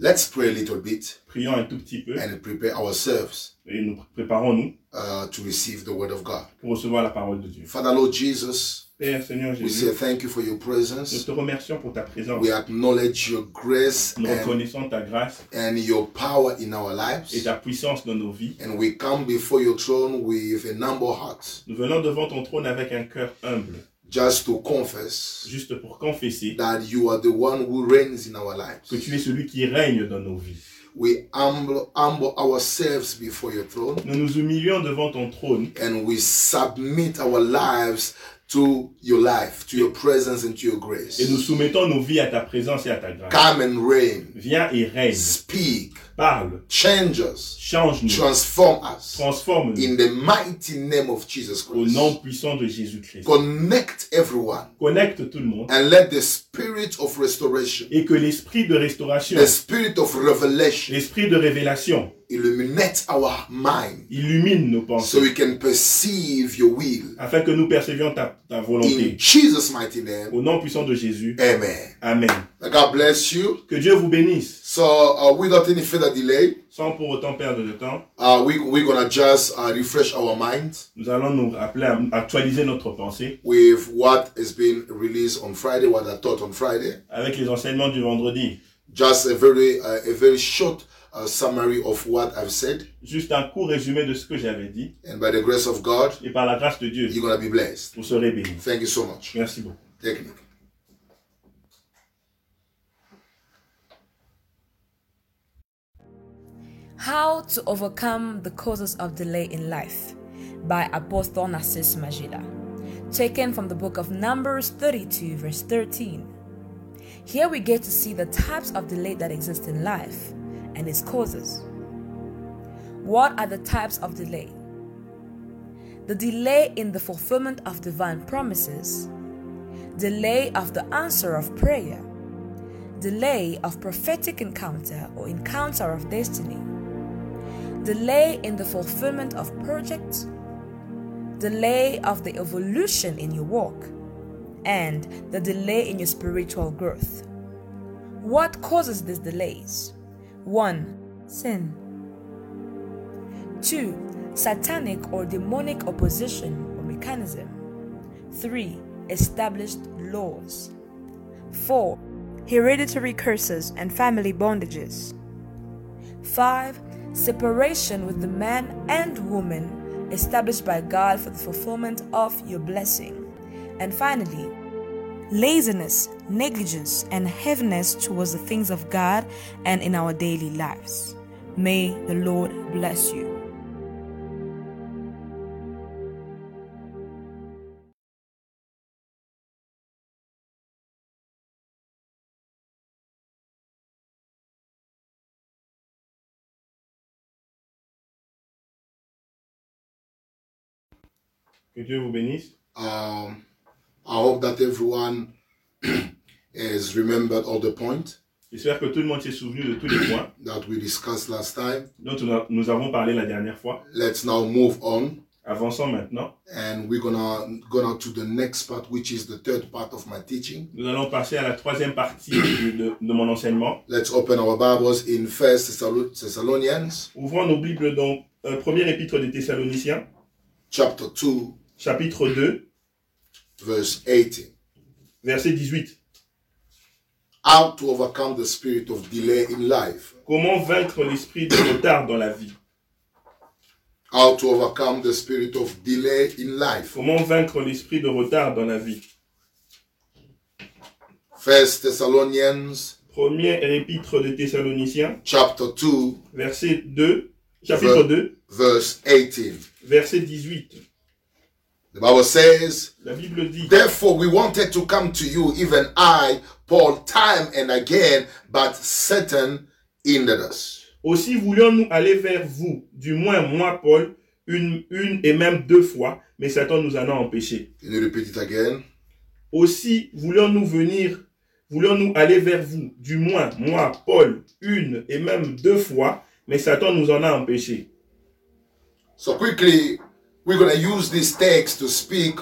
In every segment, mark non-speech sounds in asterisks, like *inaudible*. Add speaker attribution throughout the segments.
Speaker 1: Let's pray a little bit
Speaker 2: Prions un tout petit peu
Speaker 1: and prepare ourselves
Speaker 2: et nous préparons-nous
Speaker 1: uh, to receive the word of God.
Speaker 2: pour recevoir la parole de Dieu.
Speaker 1: Father, Lord Jesus,
Speaker 2: Père Seigneur
Speaker 1: we
Speaker 2: Jésus,
Speaker 1: say thank you for your
Speaker 2: nous
Speaker 1: presence.
Speaker 2: te remercions pour ta présence.
Speaker 1: We acknowledge your grace
Speaker 2: Nous
Speaker 1: and,
Speaker 2: reconnaissons ta grâce
Speaker 1: and your power in our
Speaker 2: et
Speaker 1: lives.
Speaker 2: ta puissance dans nos vies.
Speaker 1: And we come before your throne with a humble heart
Speaker 2: Nous venons devant ton trône avec un cœur humble,
Speaker 1: just to confess
Speaker 2: juste pour confesser
Speaker 1: that you are the one who reigns in our lives.
Speaker 2: que tu es celui qui règne dans nos vies.
Speaker 1: We humble, humble ourselves before your throne
Speaker 2: Nous nous humilions devant ton trône
Speaker 1: and we submit our lives to your life, to your presence, and to your
Speaker 2: et nous
Speaker 1: grace.
Speaker 2: soumettons nos vies à ta présence et à ta grâce.
Speaker 1: Come and reign,
Speaker 2: Viens et règne,
Speaker 1: speak,
Speaker 2: parle,
Speaker 1: change us,
Speaker 2: change-nous,
Speaker 1: transform us
Speaker 2: transforme-nous
Speaker 1: in the mighty name of Jesus
Speaker 2: au nom
Speaker 1: Christ.
Speaker 2: puissant de Jésus-Christ.
Speaker 1: Connect everyone
Speaker 2: Connecte tout le monde
Speaker 1: and let the spirit of restoration,
Speaker 2: et que l'esprit de restauration,
Speaker 1: the spirit of revelation
Speaker 2: l'esprit de révélation
Speaker 1: illuminate our mind
Speaker 2: illumine nos
Speaker 1: so
Speaker 2: pensées
Speaker 1: we can perceive your will.
Speaker 2: afin que nous percevions ta, ta
Speaker 1: In
Speaker 2: volonté.
Speaker 1: Jesus' mighty name,
Speaker 2: Au nom puissant de Jésus,
Speaker 1: amen.
Speaker 2: Amen.
Speaker 1: God bless you.
Speaker 2: Que Dieu vous bénisse.
Speaker 1: So, uh, without any further delay,
Speaker 2: Sans pour autant perdre de temps,
Speaker 1: uh, we, we're going to just uh, refresh our mind
Speaker 2: nous allons nous rappeler à actualiser notre pensée
Speaker 1: with what has been released on Friday, what I taught on Friday.
Speaker 2: avec les enseignements du vendredi.
Speaker 1: Just a very, uh, a very short uh, summary of what I've said.
Speaker 2: Juste un court résumé de ce que j'avais dit
Speaker 1: And by the grace of God,
Speaker 2: et par la grâce de Dieu,
Speaker 1: you're going to be blessed.
Speaker 2: vous serez bénis.
Speaker 1: Thank you so much.
Speaker 2: Merci beaucoup.
Speaker 1: Technique.
Speaker 3: How to Overcome the Causes of Delay in Life by Apostle Narcisse Magila. Taken from the book of Numbers 32, verse 13. Here we get to see the types of delay that exist in life and its causes. What are the types of delay? The delay in the fulfillment of divine promises, delay of the answer of prayer, delay of prophetic encounter or encounter of destiny, delay in the fulfillment of projects, delay of the evolution in your walk, and the delay in your spiritual growth. What causes these delays? 1. Sin. 2. Satanic or demonic opposition or mechanism. 3. Established laws. 4. Hereditary curses and family bondages. 5. Separation with the man and woman established by God for the fulfillment of your blessing. And finally, laziness, negligence, and heaviness towards the things of God and in our daily lives. May the Lord bless you.
Speaker 2: Que Dieu vous bénisse.
Speaker 1: Um, I hope that everyone *clears throat* has remembered all the points
Speaker 2: J'espère que tout le monde s'est souvenu de tous les points
Speaker 1: that we discussed last time.
Speaker 2: dont nous a- nous avons parlé la dernière fois.
Speaker 1: Let's now move on.
Speaker 2: Avançons maintenant.
Speaker 1: and we're gonna gonna to the next part which is the third part of my teaching
Speaker 2: Nous allons passer à la troisième partie de, de- de mon enseignement.
Speaker 1: let's open our bibles in first thessalonians
Speaker 2: Ouvrons nos Bibles dans euh, premier épître des Thessaloniciens,
Speaker 1: chapter 2
Speaker 2: chapitre 2,
Speaker 1: verse 18
Speaker 2: verset 18.
Speaker 1: how to overcome the spirit of delay in life
Speaker 2: Comment vaincre l'esprit de retard dans la vie
Speaker 1: how to overcome the spirit of delay in life
Speaker 2: Comment vaincre l'esprit de retard dans la vie
Speaker 1: first thessalonians
Speaker 2: Premier épître des Thessaloniciens,
Speaker 1: chapter 2
Speaker 2: verset 2, chapitre
Speaker 1: Ve-
Speaker 2: 2,
Speaker 1: verse 18
Speaker 2: verset 18.
Speaker 1: the bible says
Speaker 2: La Bible dit
Speaker 1: Therefore, we wanted to come to you, even I, Paul, time and again, but Satan hindered us.
Speaker 2: Aussi voulions-nous aller vers vous, du moins moi, Paul, une, une et même deux fois, mais Satan nous en a empêchés.
Speaker 1: Can you repeat it again?
Speaker 2: Aussi voulions-nous venir, voulions-nous aller vers vous, du moins moi, Paul, une et même deux fois, mais Satan nous en a empêchés.
Speaker 1: So quickly, we're going to use this text to speak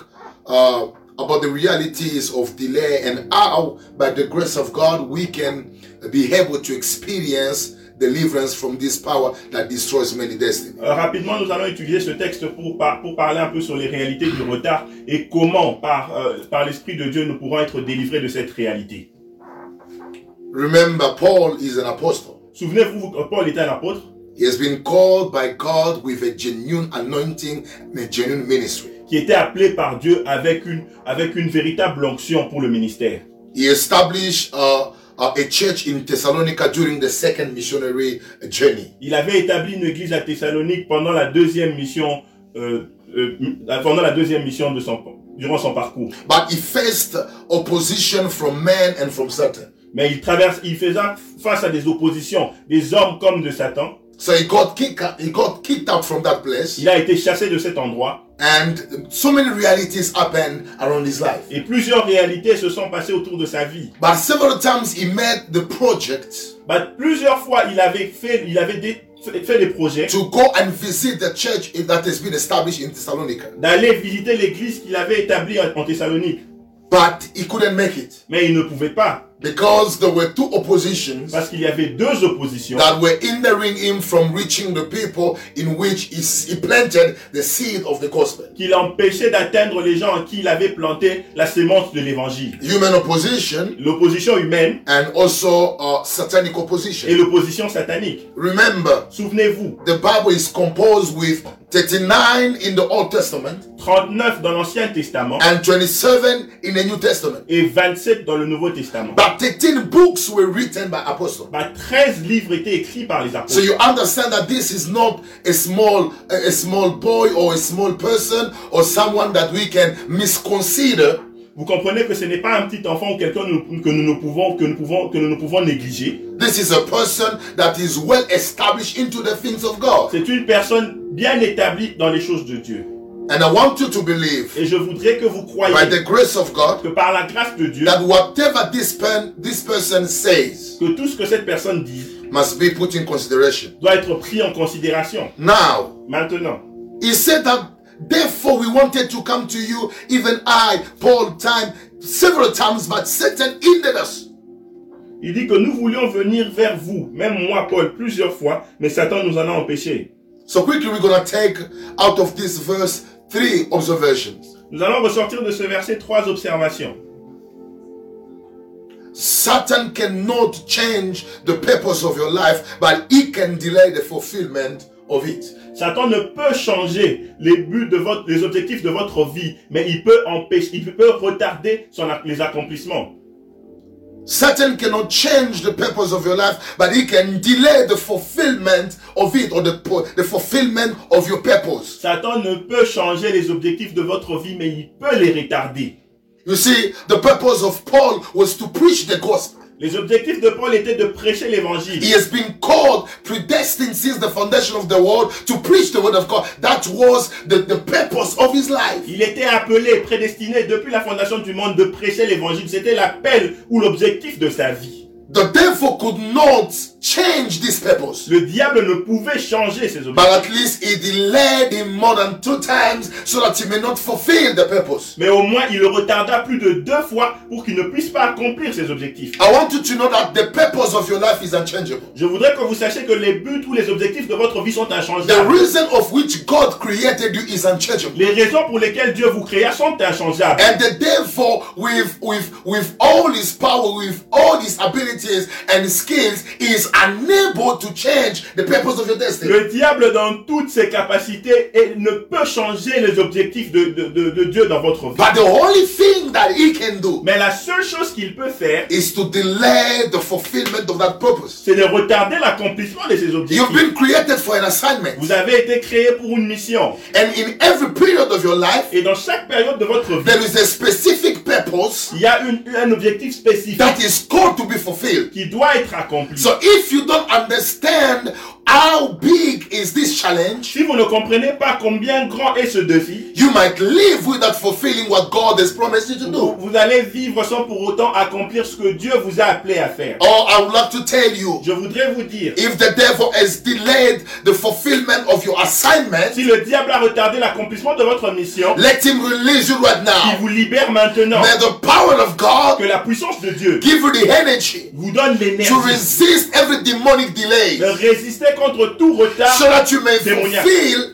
Speaker 1: uh, about the realities of delay and how, by the grace of God, we can be able to experience deliverance from this power that destroys many destinies.
Speaker 2: Euh, rapidement, nous allons étudier ce texte pour, par- pour parler un peu sur les réalités du retard et comment, par, euh, par l'Esprit de Dieu, nous pourrons être délivrés de cette réalité.
Speaker 1: Remember, Paul is an apostle.
Speaker 2: Souvenez-vous que Paul était un apôtre
Speaker 1: He has been called by God with a genuine anointing and a genuine ministry.
Speaker 2: qui était appelé par Dieu avec une, avec une véritable onction pour le ministère.
Speaker 1: He established uh, uh, a church in Thessalonica during the second missionary journey.
Speaker 2: Il avait établi une église à Thessalonique pendant la deuxième mission, euh, euh, pendant la deuxième mission de son, durant son parcours.
Speaker 1: But he faced opposition from men and from Satan.
Speaker 2: Mais il traverse, il faisait face à des oppositions, des hommes comme de Satan.
Speaker 1: So he got kicked out, he got kicked out from that place,
Speaker 2: Il a été chassé de cet endroit
Speaker 1: and so many realities happened around his life.
Speaker 2: et plusieurs réalités se sont passées autour de sa vie.
Speaker 1: But several times he made the project
Speaker 2: Bah, plusieurs fois, il avait fait, il avait des- fait fait des projets
Speaker 1: to go and visit the church that has been established in Thessalonica.
Speaker 2: d'aller visiter l'église qu'il avait établie en en Thessalonique,
Speaker 1: But he couldn't make it
Speaker 2: mais il ne pouvait pas
Speaker 1: because there were two oppositions
Speaker 2: parce qu'il y avait deux oppositions
Speaker 1: that were hindering him from reaching the people in which he, s- he planted the seed of the gospel.
Speaker 2: qui l'empêchaient d'atteindre les gens en qui il avait planté la sémence de l'évangile.
Speaker 1: Human opposition
Speaker 2: L'opposition humaine
Speaker 1: and also uh, satanic
Speaker 2: et
Speaker 1: opposition.
Speaker 2: l'opposition satanique.
Speaker 1: Remember,
Speaker 2: Souvenez-vous,
Speaker 1: the Bible is composed with 39 in the Old Testament
Speaker 2: 39 dans l'Ancien Testament
Speaker 1: and 27 in the New Testament.
Speaker 2: et 27 dans le Nouveau Testament.
Speaker 1: But 13 books were written by apostles.
Speaker 2: Bah, 13 livres étaient écrits par les
Speaker 1: So
Speaker 2: apôtres.
Speaker 1: you understand that this is not a small a a small boy or a small person or someone that we can misconsider,
Speaker 2: Vous comprenez que ce n'est pas un petit enfant ou quelqu'un nous- que nous ne pouvons, que nous pouvons, que nous ne pouvons négliger.
Speaker 1: This is a person that is well established into the things of God.
Speaker 2: C'est une personne bien établie dans les choses de Dieu.
Speaker 1: And I want you to believe
Speaker 2: Et je voudrais que vous
Speaker 1: by
Speaker 2: croyiez
Speaker 1: the grace of God
Speaker 2: que par la grâce de Dieu,
Speaker 1: that whatever this pen, this person says
Speaker 2: que tout ce que cette personne dit
Speaker 1: must be put in consideration.
Speaker 2: doit être pris en considération.
Speaker 1: Now,
Speaker 2: Maintenant,
Speaker 1: he said that therefore we wanted to come to you, even I, Paul, time several times, but Satan hindered us.
Speaker 2: il dit que nous voulions venir vers vous, même moi, Paul, plusieurs fois, mais Satan nous en a empêchés.
Speaker 1: So quickly we're gonna take out of this verse three observations.
Speaker 2: Nous allons ressortir de ce verset trois observations.
Speaker 1: Satan cannot change the purpose of your life, but he can delay the fulfillment of it.
Speaker 2: Satan ne peut changer les buts de votre, les objectifs de votre vie, mais il peut empêcher, il peut retarder son, ac- les accomplissements.
Speaker 1: Satan cannot change the purpose of your life, but he can delay the fulfillment of it or the, po- the fulfillment of your purpose.
Speaker 2: Satan ne peut changer les objectifs de votre vie, mais il peut les retarder.
Speaker 1: You see, the purpose of Paul was to preach the gospel.
Speaker 2: Les objectifs de Paul étaient de prêcher l'évangile.
Speaker 1: He has been called, predestined since the foundation of the world to preach the word of God. That was the, the purpose of his life.
Speaker 2: Il était appelé, prédestiné depuis la fondation du monde de prêcher l'évangile. C'était l'appel ou l'objectif de sa vie.
Speaker 1: The devil could not change this purpose.
Speaker 2: Le diable ne pouvait changer ses objectifs.
Speaker 1: But at least he delayed him more than two times so that he may not fulfill the purpose.
Speaker 2: Mais au moins, il le retarda plus de deux fois pour qu'il ne puisse pas accomplir ses objectifs.
Speaker 1: I want you to know that the purpose of your life is unchangeable.
Speaker 2: Je voudrais que vous sachiez que les buts ou les objectifs de votre vie sont
Speaker 1: The
Speaker 2: inchangeables.
Speaker 1: reason of which God created you is unchangeable.
Speaker 2: Les raisons pour lesquelles Dieu vous créa sont inchangeables.
Speaker 1: And the devil, with, with, with all his power, with all his abilities and skills, is unable to change the purpose of your destiny.
Speaker 2: Le diable, dans toutes ses capacités, et ne peut changer les objectifs de, de- de- de Dieu dans votre vie.
Speaker 1: But the only thing that he can do
Speaker 2: Mais la seule chose qu'il peut faire,
Speaker 1: is to delay the fulfillment of that purpose.
Speaker 2: c'est de retarder l'accomplissement de ses
Speaker 1: You've
Speaker 2: objectifs.
Speaker 1: been created for an assignment.
Speaker 2: Vous avez été créé pour une mission.
Speaker 1: And in every period of your life,
Speaker 2: Et dans chaque période de votre vie,
Speaker 1: there is a specific purpose
Speaker 2: il y a une- un objectif spécifique
Speaker 1: that is called to be fulfilled.
Speaker 2: qui doit être accompli.
Speaker 1: So if you don't understand how big is this challenge,
Speaker 2: Si vous ne comprenez pas combien grand est ce défi,
Speaker 1: you might live without fulfilling what God has promised you to do.
Speaker 2: vous allez vivre sans pour autant accomplir ce que Dieu vous a appelé à faire.
Speaker 1: Or, I would like to tell you
Speaker 2: Je voudrais vous dire,
Speaker 1: if the devil has delayed the fulfillment of your assignment,
Speaker 2: si le diable a retardé l'accomplissement de votre mission,
Speaker 1: let him release you right
Speaker 2: il
Speaker 1: now.
Speaker 2: vous libère maintenant.
Speaker 1: May the power of
Speaker 2: Que
Speaker 1: God
Speaker 2: la puissance de Dieu
Speaker 1: give you the energy
Speaker 2: vous donne
Speaker 1: to
Speaker 2: l'énergie
Speaker 1: resist every demonic
Speaker 2: de
Speaker 1: delay
Speaker 2: résister contre tout
Speaker 1: so
Speaker 2: retard
Speaker 1: that you may
Speaker 2: Démoniaque.
Speaker 1: fulfill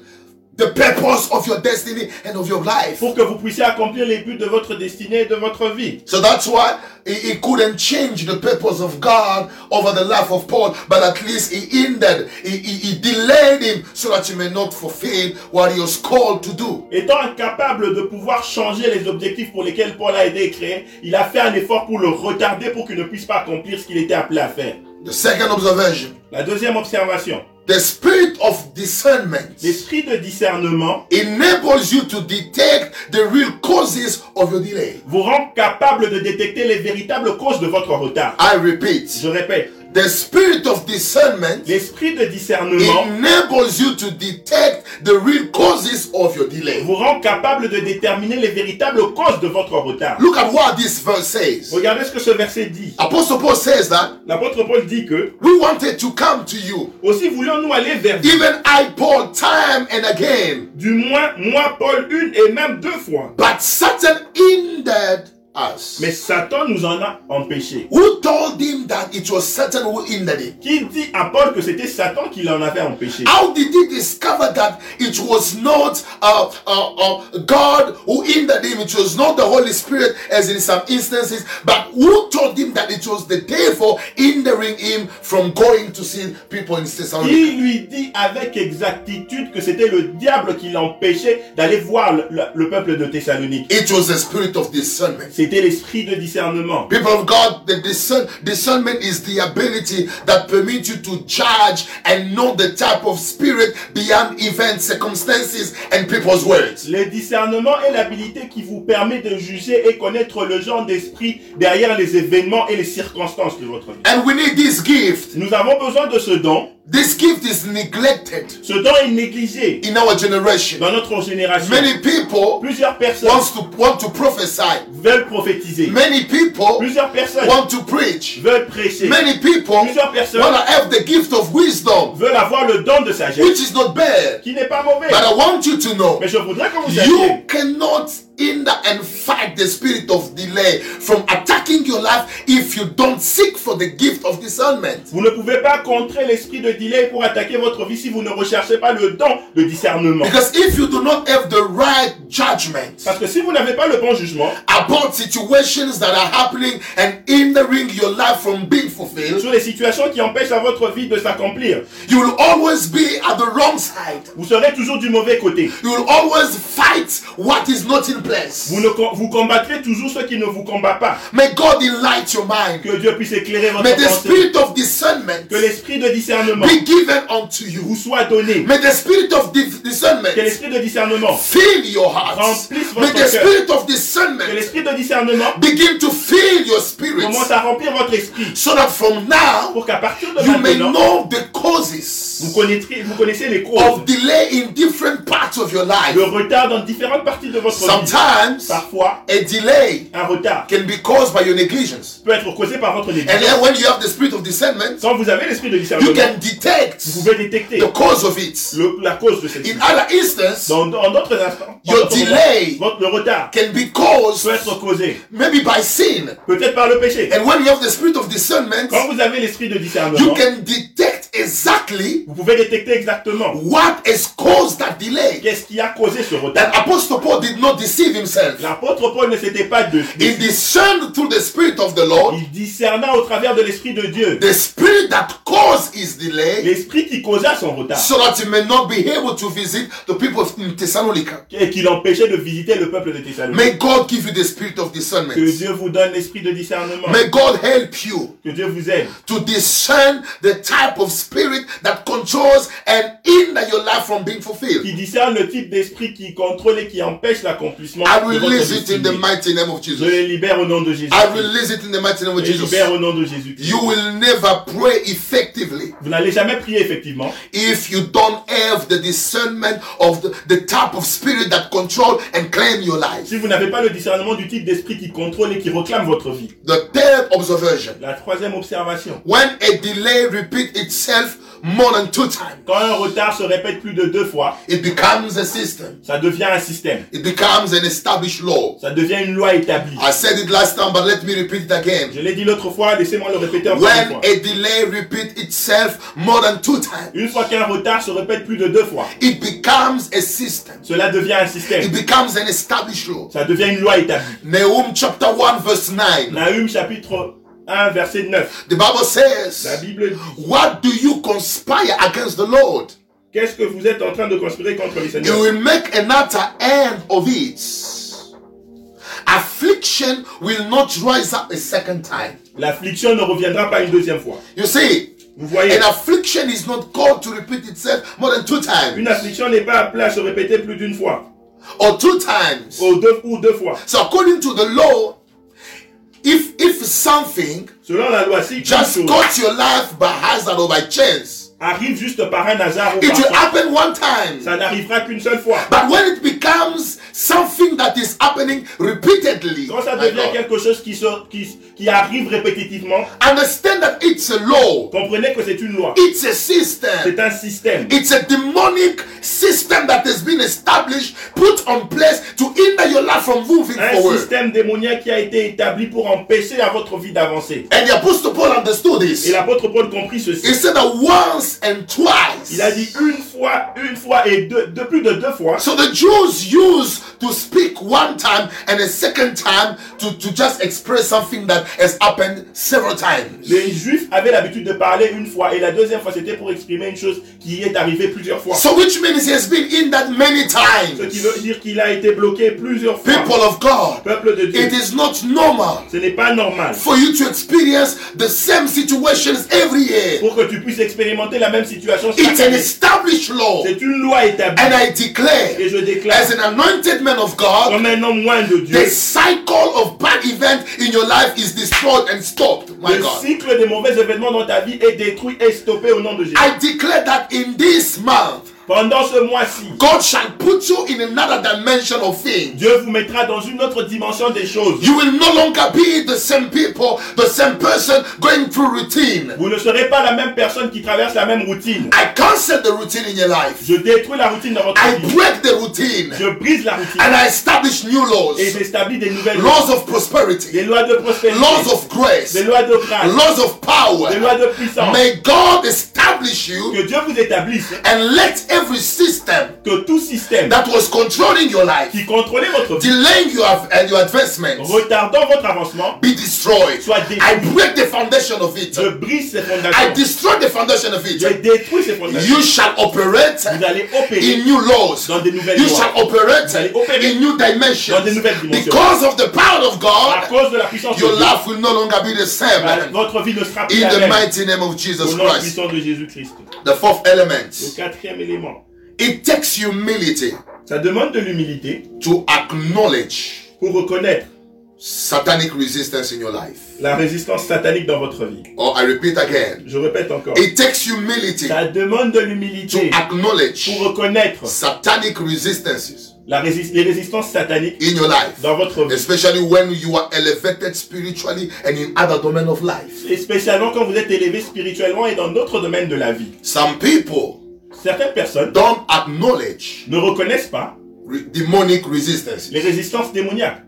Speaker 1: the purpose of your destiny and of your life.
Speaker 2: pour que vous puissiez accomplir les buts de votre destinée et de votre vie.
Speaker 1: So that's why he, he couldn't change the purpose of God over the life of Paul, but at least he hindered, he, he, he delayed him so that he may not fulfill what he was called to do.
Speaker 2: Étant incapable de pouvoir changer les objectifs pour lesquels Paul a été créé, il a fait un effort pour le retarder pour qu'il ne puisse pas accomplir ce qu'il était appelé à faire.
Speaker 1: The second observation
Speaker 2: La deuxième observation,
Speaker 1: the spirit of discernment
Speaker 2: l'esprit de discernement
Speaker 1: enables you to detect the real causes of your delay.
Speaker 2: vous rend capable de détecter les véritables causes de votre retard.
Speaker 1: I repeat,
Speaker 2: Je répète,
Speaker 1: the spirit of discernment
Speaker 2: l'esprit de discernement
Speaker 1: enables you to detect the real causes of your delay.
Speaker 2: vous rend capable de déterminer les véritables causes de votre retard.
Speaker 1: Look at what this verse says.
Speaker 2: Regardez ce que ce verset dit.
Speaker 1: Apostle Paul says that
Speaker 2: L'apôtre Paul dit que,
Speaker 1: We wanted to come to you.
Speaker 2: aussi voulons-nous aller vers vous,
Speaker 1: Even I, Paul, time and again.
Speaker 2: du moins moi, Paul, une et même deux fois.
Speaker 1: But Satan hindered us.
Speaker 2: Mais Satan nous en a empêchés.
Speaker 1: Who told him that it was Satan who hindered him?
Speaker 2: Qui dit à Paul que c'était Satan qui l'en avait empêché
Speaker 1: How did he discover that it was not uh, uh, uh, God who hindered him? It was not the Holy Spirit, as in some instances. But who told him that it was the devil hindering him from going to see people in Thessalonica?
Speaker 2: Qui lui dit avec exactitude que c'était le diable qui l'empêchait d'aller voir le, le- le peuple de Thessalonique
Speaker 1: It was the spirit of discernment.
Speaker 2: C'était l'esprit de discernement.
Speaker 1: People of God, the discern, discernment is the ability that permits you to judge and know the type of spirit beyond events, circumstances, and people's words.
Speaker 2: Le discernement est l'habilité qui vous permet de juger et connaître le genre d'esprit derrière les événements et les circonstances de votre vie.
Speaker 1: And we need this gift.
Speaker 2: Nous avons besoin de ce don.
Speaker 1: This gift is neglected
Speaker 2: Ce don est négligé
Speaker 1: in our generation.
Speaker 2: dans notre génération.
Speaker 1: Many people
Speaker 2: Plusieurs personnes
Speaker 1: wants to want to prophesy.
Speaker 2: veulent prophétiser.
Speaker 1: Many people
Speaker 2: Plusieurs personnes
Speaker 1: want to preach.
Speaker 2: veulent prêcher.
Speaker 1: Many people want
Speaker 2: Plusieurs personnes-
Speaker 1: to have the gift of wisdom,
Speaker 2: Veulent avoir le don de sagesse,
Speaker 1: which is not bad.
Speaker 2: qui n'est pas mauvais.
Speaker 1: But I want you to know
Speaker 2: Mais je voudrais que vous
Speaker 1: You
Speaker 2: sachiez
Speaker 1: cannot hinder and fight the spirit of delay from attacking your life if you don't seek for the gift of discernment.
Speaker 2: Vous ne pouvez pas contrer l'esprit de delay pour attaquer votre vie si vous ne recherchez pas le don de discernement.
Speaker 1: Because if you do not have the right judgment
Speaker 2: Parce que si vous n'avez pas le bon jugement
Speaker 1: about situations that are happening and hindering your life from being fulfilled,
Speaker 2: sur les situations qui empêchent à votre vie de s'accomplir,
Speaker 1: you will always be at the wrong side.
Speaker 2: vous serez toujours du mauvais côté.
Speaker 1: You will always fight what is not in
Speaker 2: Vous,
Speaker 1: place.
Speaker 2: ne, co- vous combattrez toujours ceux qui ne vous combattent pas.
Speaker 1: May God enlighten your mind.
Speaker 2: Que Dieu puisse éclairer votre
Speaker 1: May the
Speaker 2: pensée.
Speaker 1: spirit of discernment
Speaker 2: Que l'esprit de discernement
Speaker 1: be given unto
Speaker 2: vous
Speaker 1: you.
Speaker 2: soit donné.
Speaker 1: May the spirit of dis- discernment
Speaker 2: Que l'esprit de discernement,
Speaker 1: fill your heart.
Speaker 2: Remplis votre
Speaker 1: May the
Speaker 2: cœur.
Speaker 1: spirit of
Speaker 2: que
Speaker 1: discernment
Speaker 2: l'esprit de discernement
Speaker 1: begin to fill your spirit
Speaker 2: commence à remplir votre esprit
Speaker 1: so that from now
Speaker 2: pour qu'à partir de
Speaker 1: you may
Speaker 2: maintenant,
Speaker 1: know the
Speaker 2: vous
Speaker 1: causes
Speaker 2: connaîtrez, vous connaissez les causes
Speaker 1: of delay in different parts of your life.
Speaker 2: de retard dans différentes parties de votre vie.
Speaker 1: Sometimes
Speaker 2: Parfois,
Speaker 1: a delay
Speaker 2: un retard
Speaker 1: can be caused by your negligence.
Speaker 2: peut être causé par votre
Speaker 1: And
Speaker 2: négligence.
Speaker 1: then when you have the spirit of discernment,
Speaker 2: Quand vous avez l'esprit de
Speaker 1: you
Speaker 2: discernement,
Speaker 1: can detect
Speaker 2: vous pouvez détecter
Speaker 1: the cause of it.
Speaker 2: le- la cause de cette
Speaker 1: In
Speaker 2: situation.
Speaker 1: other instance,
Speaker 2: Dans dans d'autres instants, dans
Speaker 1: Your
Speaker 2: d'autres
Speaker 1: delay
Speaker 2: moments, votre le retard
Speaker 1: can be caused
Speaker 2: peut être causé
Speaker 1: maybe by sin.
Speaker 2: peut-être par le péché.
Speaker 1: And when you have the spirit of discernment,
Speaker 2: Quand vous avez l'esprit de
Speaker 1: you
Speaker 2: discernement,
Speaker 1: can detect exactly
Speaker 2: vous pouvez détecter exactement
Speaker 1: what has caused that delay.
Speaker 2: qu'est-ce qui a causé ce
Speaker 1: That
Speaker 2: retard.
Speaker 1: Apostle Paul did not deceive himself.
Speaker 2: L'apôtre Paul ne s'était pas de.
Speaker 1: He discerned through the Spirit of the Lord
Speaker 2: Il discerna au travers de l'esprit de Dieu,
Speaker 1: the spirit that caused his delay
Speaker 2: l'esprit qui causa son retard
Speaker 1: so that he may not be able to visit the people in Thessalonica.
Speaker 2: et qui l'empêchait de visiter le peuple de Thessalonique.
Speaker 1: May God give you the spirit of
Speaker 2: Que
Speaker 1: discernment.
Speaker 2: Dieu vous donne l'esprit de discernement.
Speaker 1: May God help you
Speaker 2: Que Dieu vous aide
Speaker 1: to discern the type of spirit that controls and hinder your life from being fulfilled.
Speaker 2: qui discerne le type d'esprit qui contrôle et qui empêche l'accomplissement
Speaker 1: I
Speaker 2: de votre
Speaker 1: release it in the
Speaker 2: destinée.
Speaker 1: mighty name of
Speaker 2: Je
Speaker 1: Jesus.
Speaker 2: les libère au nom de Jésus.
Speaker 1: I release it in the mighty name
Speaker 2: Je
Speaker 1: of
Speaker 2: les
Speaker 1: Jesus.
Speaker 2: libère au nom de Jésus.
Speaker 1: You will never pray effectively
Speaker 2: Vous n'allez jamais prier effectivement
Speaker 1: if you don't have the discernment of the, the type of spirit that control and claim your life.
Speaker 2: si vous n'avez pas le discernement du type d'esprit qui contrôle et qui réclame votre vie.
Speaker 1: The third observation.
Speaker 2: La troisième observation.
Speaker 1: When a delay repeats itself more than two times,
Speaker 2: Quand un retard se répète plus de deux fois,
Speaker 1: it becomes a system.
Speaker 2: ça devient un système.
Speaker 1: It becomes an established law.
Speaker 2: Ça devient une loi établie.
Speaker 1: I said it last time, but let me repeat it again.
Speaker 2: Je l'ai dit l'autre fois, laissez-moi le répéter encore une fois.
Speaker 1: When a delay repeats itself more than two times,
Speaker 2: Une fois qu'un retard se répète plus de deux fois,
Speaker 1: it becomes a system.
Speaker 2: cela devient un
Speaker 1: It
Speaker 2: système.
Speaker 1: becomes an established law.
Speaker 2: Ça devient une loi établie.
Speaker 1: Nahum chapter 1 verse 9.
Speaker 2: Nahum chapitre 1 verset 9.
Speaker 1: The Bible
Speaker 2: La
Speaker 1: says,
Speaker 2: Bible dit
Speaker 1: What do you conspire against the Lord?
Speaker 2: Qu'est-ce que vous êtes en train de conspirer contre le
Speaker 1: You
Speaker 2: Seigneur
Speaker 1: will make an utter end of it. Affliction will not rise up a second time.
Speaker 2: L'affliction ne reviendra pas une deuxième fois.
Speaker 1: You see,
Speaker 2: Vous voyez,
Speaker 1: an affliction is not called to repeat itself more than two times
Speaker 2: une affliction n'est pas appelée à se répéter plus d'une fois,
Speaker 1: or two times.
Speaker 2: ou deux, ou deux fois.
Speaker 1: So according to the law, if if something
Speaker 2: Selon la loi, si quelque
Speaker 1: just
Speaker 2: chose
Speaker 1: caught your life by hazard or by chance,
Speaker 2: arrive juste par un hasard ou
Speaker 1: it
Speaker 2: par
Speaker 1: will
Speaker 2: hasard,
Speaker 1: happen one time.
Speaker 2: ça n'arrivera qu'une seule fois.
Speaker 1: But when it becomes something that is happening repeatedly,
Speaker 2: Quand ça
Speaker 1: my
Speaker 2: devient
Speaker 1: God,
Speaker 2: quelque chose qui, se- qui, qui arrive répétitivement,
Speaker 1: understand that it's a law,
Speaker 2: comprenez que c'est une loi.
Speaker 1: it's a system,
Speaker 2: C'est un système.
Speaker 1: it's a demonic system that has been established, put on place to hinder your life from moving
Speaker 2: Un
Speaker 1: forward.
Speaker 2: système démoniaque qui a été établi pour empêcher à votre vie d'avancer.
Speaker 1: And the Apostle Paul understood
Speaker 2: Et
Speaker 1: this.
Speaker 2: l'apôtre Paul comprit
Speaker 1: He
Speaker 2: ceci.
Speaker 1: said that once and twice.
Speaker 2: Il a dit une fois, une fois et deux, de plus de deux fois.
Speaker 1: So the Jews used to speak one time and a second time to, to just express something that has happened several times.
Speaker 2: Les Juifs avaient l'habitude de parler une fois et la deuxième fois c'était pour exprimer une chose qui est arrivée plusieurs fois.
Speaker 1: So which means he has been in that many
Speaker 2: Ce qui
Speaker 1: times.
Speaker 2: veut dire qu'il a été bloqué plusieurs fois.
Speaker 1: People of God,
Speaker 2: Peuple de Dieu,
Speaker 1: it is not normal
Speaker 2: ce n'est pas normal
Speaker 1: for you to experience the same situations every year.
Speaker 2: pour que tu puisses expérimenter la même situation chaque
Speaker 1: It's an
Speaker 2: année.
Speaker 1: established law.
Speaker 2: C'est une loi établie
Speaker 1: And I declare,
Speaker 2: et je déclare
Speaker 1: as an anointed man of God,
Speaker 2: comme un homme moins de Dieu.
Speaker 1: the cycle of bad event in your life is destroyed and stopped. My
Speaker 2: Le
Speaker 1: God.
Speaker 2: cycle des mauvais événements dans ta vie est détruit et stoppé au nom de Jésus.
Speaker 1: I declare that in this month,
Speaker 2: Pendant ce mois-ci,
Speaker 1: God shall put you in another dimension of things.
Speaker 2: Dieu vous mettra dans une autre dimension des choses.
Speaker 1: You will no longer be the same people, the same person going through routine.
Speaker 2: Vous ne serez pas la même personne qui traverse la même routine.
Speaker 1: I cancel the routine in your life.
Speaker 2: Je détruis la routine dans votre
Speaker 1: I
Speaker 2: vie.
Speaker 1: break the routine
Speaker 2: Je brise la routine
Speaker 1: and I establish new
Speaker 2: et
Speaker 1: laws.
Speaker 2: j'établis des nouvelles lois.
Speaker 1: Laws of prosperity,
Speaker 2: Des lois de prospérité.
Speaker 1: laws of grace,
Speaker 2: Des lois de grâce.
Speaker 1: laws of
Speaker 2: Des lois
Speaker 1: power.
Speaker 2: de puissance.
Speaker 1: May God establish you
Speaker 2: Que Dieu vous établisse
Speaker 1: and let every system
Speaker 2: que tout système
Speaker 1: that was controlling your life,
Speaker 2: qui contrôlait votre vie,
Speaker 1: delaying your, and your advancement,
Speaker 2: retardant votre avancement,
Speaker 1: be destroyed.
Speaker 2: soit détruit.
Speaker 1: Oh, I break the foundation of it.
Speaker 2: Je brise ces
Speaker 1: I
Speaker 2: fondations.
Speaker 1: destroy the foundation of
Speaker 2: Je
Speaker 1: it.
Speaker 2: détruis ces fondations.
Speaker 1: You shall operate
Speaker 2: Vous allez opérer
Speaker 1: in new laws.
Speaker 2: dans des nouvelles
Speaker 1: You
Speaker 2: lois.
Speaker 1: shall operate
Speaker 2: Vous allez opérer
Speaker 1: in new
Speaker 2: dans des
Speaker 1: dimensions.
Speaker 2: nouvelles dimensions.
Speaker 1: Because of the power of
Speaker 2: À
Speaker 1: God,
Speaker 2: cause de la puissance de
Speaker 1: your
Speaker 2: Dieu,
Speaker 1: life will no longer be the
Speaker 2: bah,
Speaker 1: same.
Speaker 2: votre vie ne sera plus
Speaker 1: In
Speaker 2: la
Speaker 1: the
Speaker 2: même.
Speaker 1: mighty name of Jesus
Speaker 2: Au nom
Speaker 1: Christ.
Speaker 2: puissant de Jésus-Christ.
Speaker 1: The fourth
Speaker 2: Le
Speaker 1: element.
Speaker 2: quatrième élément,
Speaker 1: It takes humility
Speaker 2: ça demande de l'humilité
Speaker 1: to acknowledge
Speaker 2: pour reconnaître
Speaker 1: satanic resistance in your life.
Speaker 2: la résistance satanique dans votre vie.
Speaker 1: Or, I repeat again.
Speaker 2: Je répète encore.
Speaker 1: It takes humility
Speaker 2: Ça demande de
Speaker 1: to
Speaker 2: l'humilité
Speaker 1: acknowledge
Speaker 2: pour reconnaître
Speaker 1: satanic resistances
Speaker 2: la rési- les résistances sataniques
Speaker 1: in your life.
Speaker 2: dans votre vie.
Speaker 1: especially when you are elevated spiritually and in other domain of life
Speaker 2: Et spécialement quand vous êtes élevé spirituellement et dans d'autres domaines de la vie.
Speaker 1: some people
Speaker 2: Certaines personnes
Speaker 1: don't acknowledge
Speaker 2: ne reconnaissent pas
Speaker 1: re- demonic resistance
Speaker 2: les résistances démoniaques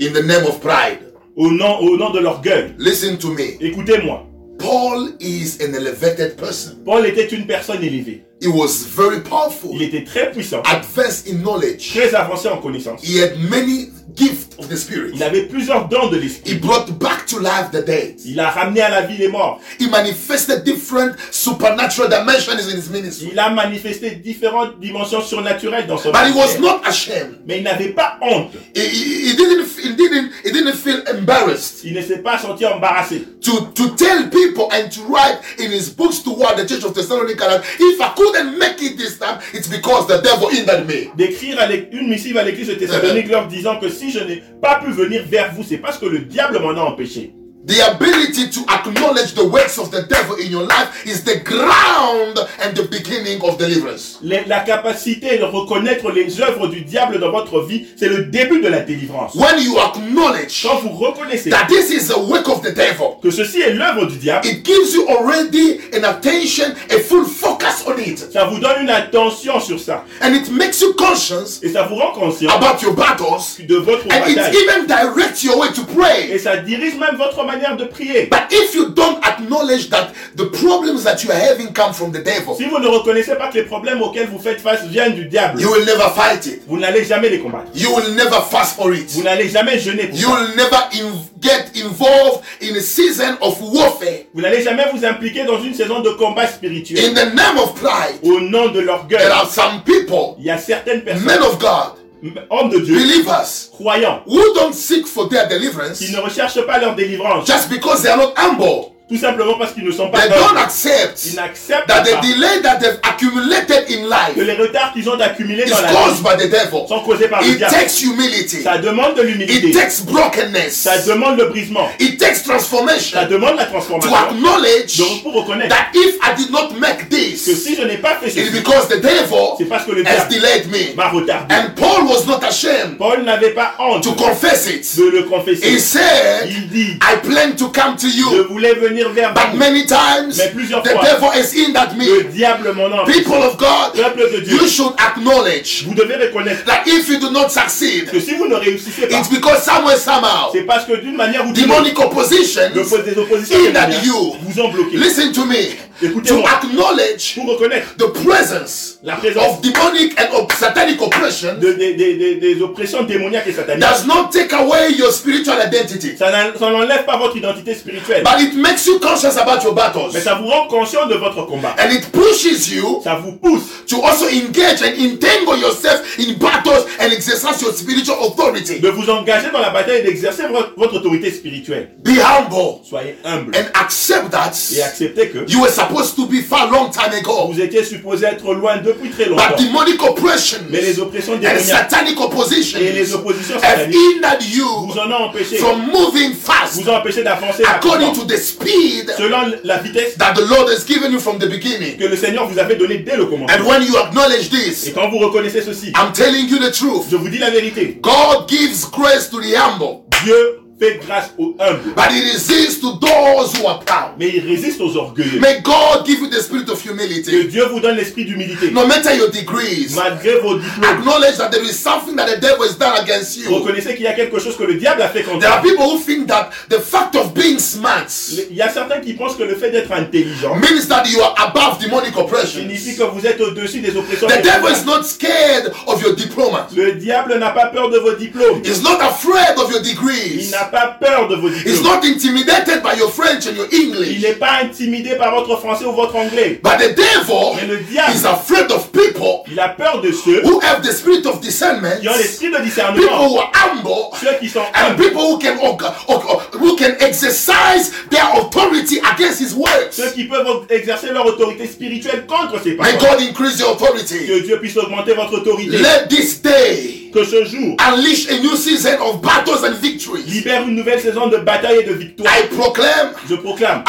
Speaker 1: in the name of pride
Speaker 2: au nom, au nom de l'orgueil.
Speaker 1: listen to me
Speaker 2: Écoutez-moi,
Speaker 1: paul is an elevated person
Speaker 2: Paul était une personne élevée.
Speaker 1: He was very powerful,
Speaker 2: Il était très puissant,
Speaker 1: advanced in knowledge.
Speaker 2: très avancé en connaissance.
Speaker 1: He had many gifts of the Spirit.
Speaker 2: Il avait plusieurs dons de l'esprit.
Speaker 1: He brought back to life the dead.
Speaker 2: Il a ramené à la vie les morts.
Speaker 1: He manifested different supernatural dimensions in his ministry.
Speaker 2: Il a manifesté différentes dimensions surnaturelles dans son
Speaker 1: But he was
Speaker 2: ministère.
Speaker 1: not ashamed.
Speaker 2: Mais il n'avait pas honte.
Speaker 1: He, he- he didn't, he, didn't, he didn't feel embarrassed
Speaker 2: Il ne s'est pas senti embarrassé
Speaker 1: to, to tell people and to write in his books toward the church of Thessalonica that if I couldn't make it this time, it's because the devil hindered me.
Speaker 2: d'écrire à l'é- une missive à l'église de Thessalonique leur disant que si je n'ai pas pu venir vers vous, c'est parce que le diable m'en a empêché.
Speaker 1: The ability to acknowledge the works of the devil in your life is the ground and the beginning of deliverance.
Speaker 2: Les- la capacité de reconnaître les œuvres du diable dans votre vie, c'est le début de la délivrance.
Speaker 1: When you acknowledge
Speaker 2: Quand vous reconnaissez
Speaker 1: that this is a work of the devil,
Speaker 2: que ceci est l'œuvre du diable,
Speaker 1: it gives you already an attention, a full focus on it,
Speaker 2: ça vous donne une attention sur ça.
Speaker 1: and it makes you conscious
Speaker 2: Et ça vous rend conscient
Speaker 1: about your battles,
Speaker 2: de votre
Speaker 1: and
Speaker 2: bataille.
Speaker 1: it even directs your way to
Speaker 2: Et
Speaker 1: pray.
Speaker 2: ça dirige même votre manière de prier.
Speaker 1: But if you don't acknowledge that the problems that you are having come from the devil,
Speaker 2: Si vous ne reconnaissez pas que les problèmes auxquels vous faites face viennent du diable,
Speaker 1: you will never fight it.
Speaker 2: vous n'allez jamais les combattre.
Speaker 1: You will never fast for it.
Speaker 2: Vous n'allez jamais jeûner pour
Speaker 1: You
Speaker 2: ça.
Speaker 1: will never in- get involved in a season of warfare
Speaker 2: Vous n'allez jamais vous impliquer dans une saison de combat
Speaker 1: in
Speaker 2: spirituel
Speaker 1: the name of pride.
Speaker 2: au nom de
Speaker 1: There
Speaker 2: l'orgueil.
Speaker 1: are some people,
Speaker 2: Il y a certaines personnes,
Speaker 1: men of God,
Speaker 2: m- hommes de Dieu,
Speaker 1: believers,
Speaker 2: croyants,
Speaker 1: who don't seek for their deliverance
Speaker 2: qui ne recherchent pas leur délivrance,
Speaker 1: just because they are not humble.
Speaker 2: tout simplement parce qu'ils ne sont pas
Speaker 1: They don't
Speaker 2: humbles.
Speaker 1: accept
Speaker 2: Ils n'acceptent
Speaker 1: that the
Speaker 2: pas
Speaker 1: delay that they've accumulated in
Speaker 2: que
Speaker 1: life
Speaker 2: les retards qu'ils ont accumulés
Speaker 1: is
Speaker 2: dans la vie
Speaker 1: caused by the devil.
Speaker 2: sont causés par le
Speaker 1: It
Speaker 2: diable.
Speaker 1: takes humility.
Speaker 2: Ça demande de
Speaker 1: It
Speaker 2: l'humilité,
Speaker 1: takes brokenness.
Speaker 2: ça demande le brisement,
Speaker 1: It takes
Speaker 2: ça
Speaker 1: transformation
Speaker 2: demande la
Speaker 1: to
Speaker 2: transformation.
Speaker 1: acknowledge
Speaker 2: Donc pour reconnaître
Speaker 1: that if I did not make
Speaker 2: que
Speaker 1: this,
Speaker 2: si je n'ai pas fait
Speaker 1: it's
Speaker 2: ceci,
Speaker 1: because the devil
Speaker 2: c'est parce que le
Speaker 1: has
Speaker 2: diable
Speaker 1: delayed me.
Speaker 2: m'a retardé.
Speaker 1: And Paul was not ashamed
Speaker 2: Paul n'avait pas honte
Speaker 1: to confess it.
Speaker 2: de le
Speaker 1: He
Speaker 2: confesser.
Speaker 1: said,
Speaker 2: Il dit,
Speaker 1: I plan to come to
Speaker 2: je
Speaker 1: you,
Speaker 2: voulais venir vers
Speaker 1: but
Speaker 2: vous.
Speaker 1: many times
Speaker 2: Mais plusieurs
Speaker 1: the
Speaker 2: fois,
Speaker 1: devil is in that me.
Speaker 2: Le diable m'en a empêché.
Speaker 1: People of God,
Speaker 2: Peuple de Dieu,
Speaker 1: you should acknowledge
Speaker 2: vous devez reconnaître
Speaker 1: that if you do not succeed,
Speaker 2: que si vous ne réussissez pas,
Speaker 1: it's because somewhere, somehow,
Speaker 2: c'est parce que d'une manière ou d'une autre,
Speaker 1: demonic oppositions
Speaker 2: le poste des oppositions
Speaker 1: in that
Speaker 2: démoniaques
Speaker 1: you.
Speaker 2: vous ont bloqué.
Speaker 1: oh, Listen to me. To
Speaker 2: Écoutez-moi.
Speaker 1: acknowledge
Speaker 2: Pour reconnaître
Speaker 1: the presence
Speaker 2: la présence
Speaker 1: of demonic and of satanic oppression
Speaker 2: de- des- des- des- des oppressions démoniaques et sataniques,
Speaker 1: does not take away your spiritual identity,
Speaker 2: ça n'en- ça n'enlève pas votre identité spirituelle,
Speaker 1: but it makes you conscious about your battles.
Speaker 2: mais ça vous rend conscient de votre combat.
Speaker 1: And it pushes you
Speaker 2: Ça vous pousse
Speaker 1: to also engage and entangle yourself in battles and exercise your spiritual authority.
Speaker 2: de vous engager dans la bataille et d'exercer votre, votre autorité spirituelle.
Speaker 1: Be humble
Speaker 2: Soyez humble
Speaker 1: and accept
Speaker 2: et
Speaker 1: that
Speaker 2: acceptez que
Speaker 1: you were supposed to be far long time ago.
Speaker 2: vous étiez supposé être loin depuis très longtemps,
Speaker 1: But demonic oppression
Speaker 2: mais les oppressions
Speaker 1: and
Speaker 2: démoniaques
Speaker 1: satanic opposition
Speaker 2: et les oppositions
Speaker 1: have
Speaker 2: sataniques
Speaker 1: hindered you
Speaker 2: vous en ont empêché,
Speaker 1: from moving fast
Speaker 2: vous ont empêché d'avancer
Speaker 1: according
Speaker 2: rapidement.
Speaker 1: to the speed
Speaker 2: selon la vitesse
Speaker 1: that the Lord has given you from the beginning.
Speaker 2: que le Seigneur vous avait donnée dès le
Speaker 1: And
Speaker 2: commencement.
Speaker 1: when you acknowledge
Speaker 2: Et
Speaker 1: this,
Speaker 2: quand vous reconnaissez ceci,
Speaker 1: I'm telling you the truth.
Speaker 2: je vous dis la vérité,
Speaker 1: God gives grace to the humble,
Speaker 2: Dieu fait grâce aux humbles,
Speaker 1: but he resists to those who are proud.
Speaker 2: mais il résiste aux orgueilleux.
Speaker 1: May God give you the spirit of
Speaker 2: Que
Speaker 1: humility.
Speaker 2: Dieu vous donne l'esprit d'humilité,
Speaker 1: No matter your degrees,
Speaker 2: malgré vos diplômes.
Speaker 1: acknowledge that there is something that the devil has done against you.
Speaker 2: Reconnaissez qu'il y a quelque chose que le diable a fait contre
Speaker 1: There are
Speaker 2: vous.
Speaker 1: people who think that the fact of being smart
Speaker 2: Il y a certains qui pensent que le fait d'être intelligent
Speaker 1: means that you are above demonic oppression.
Speaker 2: signifie
Speaker 1: The
Speaker 2: que vous êtes au-dessus des oppressions.
Speaker 1: devil is not scared of your diploma.
Speaker 2: Le diable n'a pas peur de vos diplômes.
Speaker 1: He's not afraid of your
Speaker 2: Il
Speaker 1: degrees.
Speaker 2: n'a pas peur de vos
Speaker 1: He's
Speaker 2: diplômes.
Speaker 1: not intimidated by your French and your
Speaker 2: Il
Speaker 1: English.
Speaker 2: n'est pas intimidé par votre français ou votre anglais.
Speaker 1: But the devil
Speaker 2: Mais le diable.
Speaker 1: is afraid of people
Speaker 2: Il a peur de ceux
Speaker 1: who have the spirit of discernment,
Speaker 2: qui ont
Speaker 1: people
Speaker 2: l'esprit de discernement.
Speaker 1: who are humble,
Speaker 2: ceux qui sont
Speaker 1: and
Speaker 2: humbles,
Speaker 1: people who can orga- or- or- who can exercise their authority against his words.
Speaker 2: ceux qui peuvent exercer leur autorité spirituelle contre
Speaker 1: May
Speaker 2: ces paroles.
Speaker 1: God increase your authority.
Speaker 2: Que Dieu puisse augmenter votre autorité.
Speaker 1: Let this day
Speaker 2: Que ce jour
Speaker 1: unleash a new season of battles and victories.
Speaker 2: libère une nouvelle saison de bataille et de victoire.
Speaker 1: I proclaim
Speaker 2: Je proclame,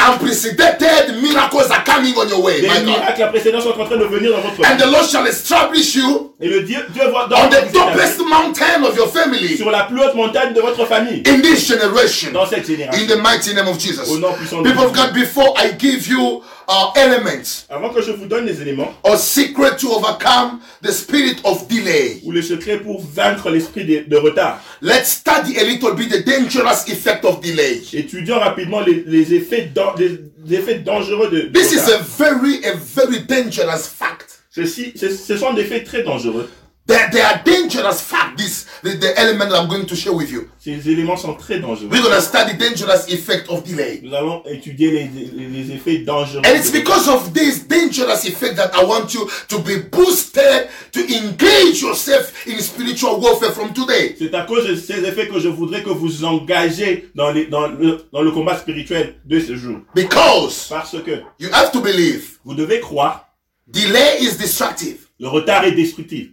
Speaker 1: unprecedented miracles are coming on your way,
Speaker 2: des
Speaker 1: my God.
Speaker 2: miracles à précédent sont en train de venir dans votre
Speaker 1: And
Speaker 2: vie.
Speaker 1: the Lord shall establish you
Speaker 2: Et le Dieu, Dieu va dans
Speaker 1: on
Speaker 2: votre
Speaker 1: the
Speaker 2: vie
Speaker 1: topest
Speaker 2: établir
Speaker 1: mountain of your family
Speaker 2: sur la plus haute montagne de votre famille,
Speaker 1: in this generation
Speaker 2: dans cette
Speaker 1: in
Speaker 2: génération.
Speaker 1: the mighty name of Jesus.
Speaker 2: Au nom puissant de
Speaker 1: People of
Speaker 2: Jésus.
Speaker 1: God, before I give you uh, elements
Speaker 2: Avant que je vous donne les éléments
Speaker 1: or secret to overcome the spirit of delay,
Speaker 2: ou le secret pour vaincre l'esprit de, de retard,
Speaker 1: let's study a little bit the dangerous effect of delay.
Speaker 2: étudions rapidement les, les effets, dan- les- les effets dangereux de, de
Speaker 1: This is
Speaker 2: retard.
Speaker 1: a very, a very dangerous fact.
Speaker 2: Ceci, ce, ce sont des faits très dangereux.
Speaker 1: They, they are dangerous facts, the, the element I'm going to share with you.
Speaker 2: Ces éléments sont très dangereux.
Speaker 1: We're going to study dangerous effect of delay.
Speaker 2: Nous allons étudier les, les- les effets dangereux.
Speaker 1: And it's because of this dangerous effect that I want you to be boosted to engage yourself in spiritual warfare from today.
Speaker 2: C'est à cause de ces effets que je voudrais que vous engagez dans, les- dans le, dans le combat spirituel de ce jour.
Speaker 1: Because
Speaker 2: Parce que
Speaker 1: you have to believe
Speaker 2: vous devez croire,
Speaker 1: delay is destructive.
Speaker 2: le retard est destructif.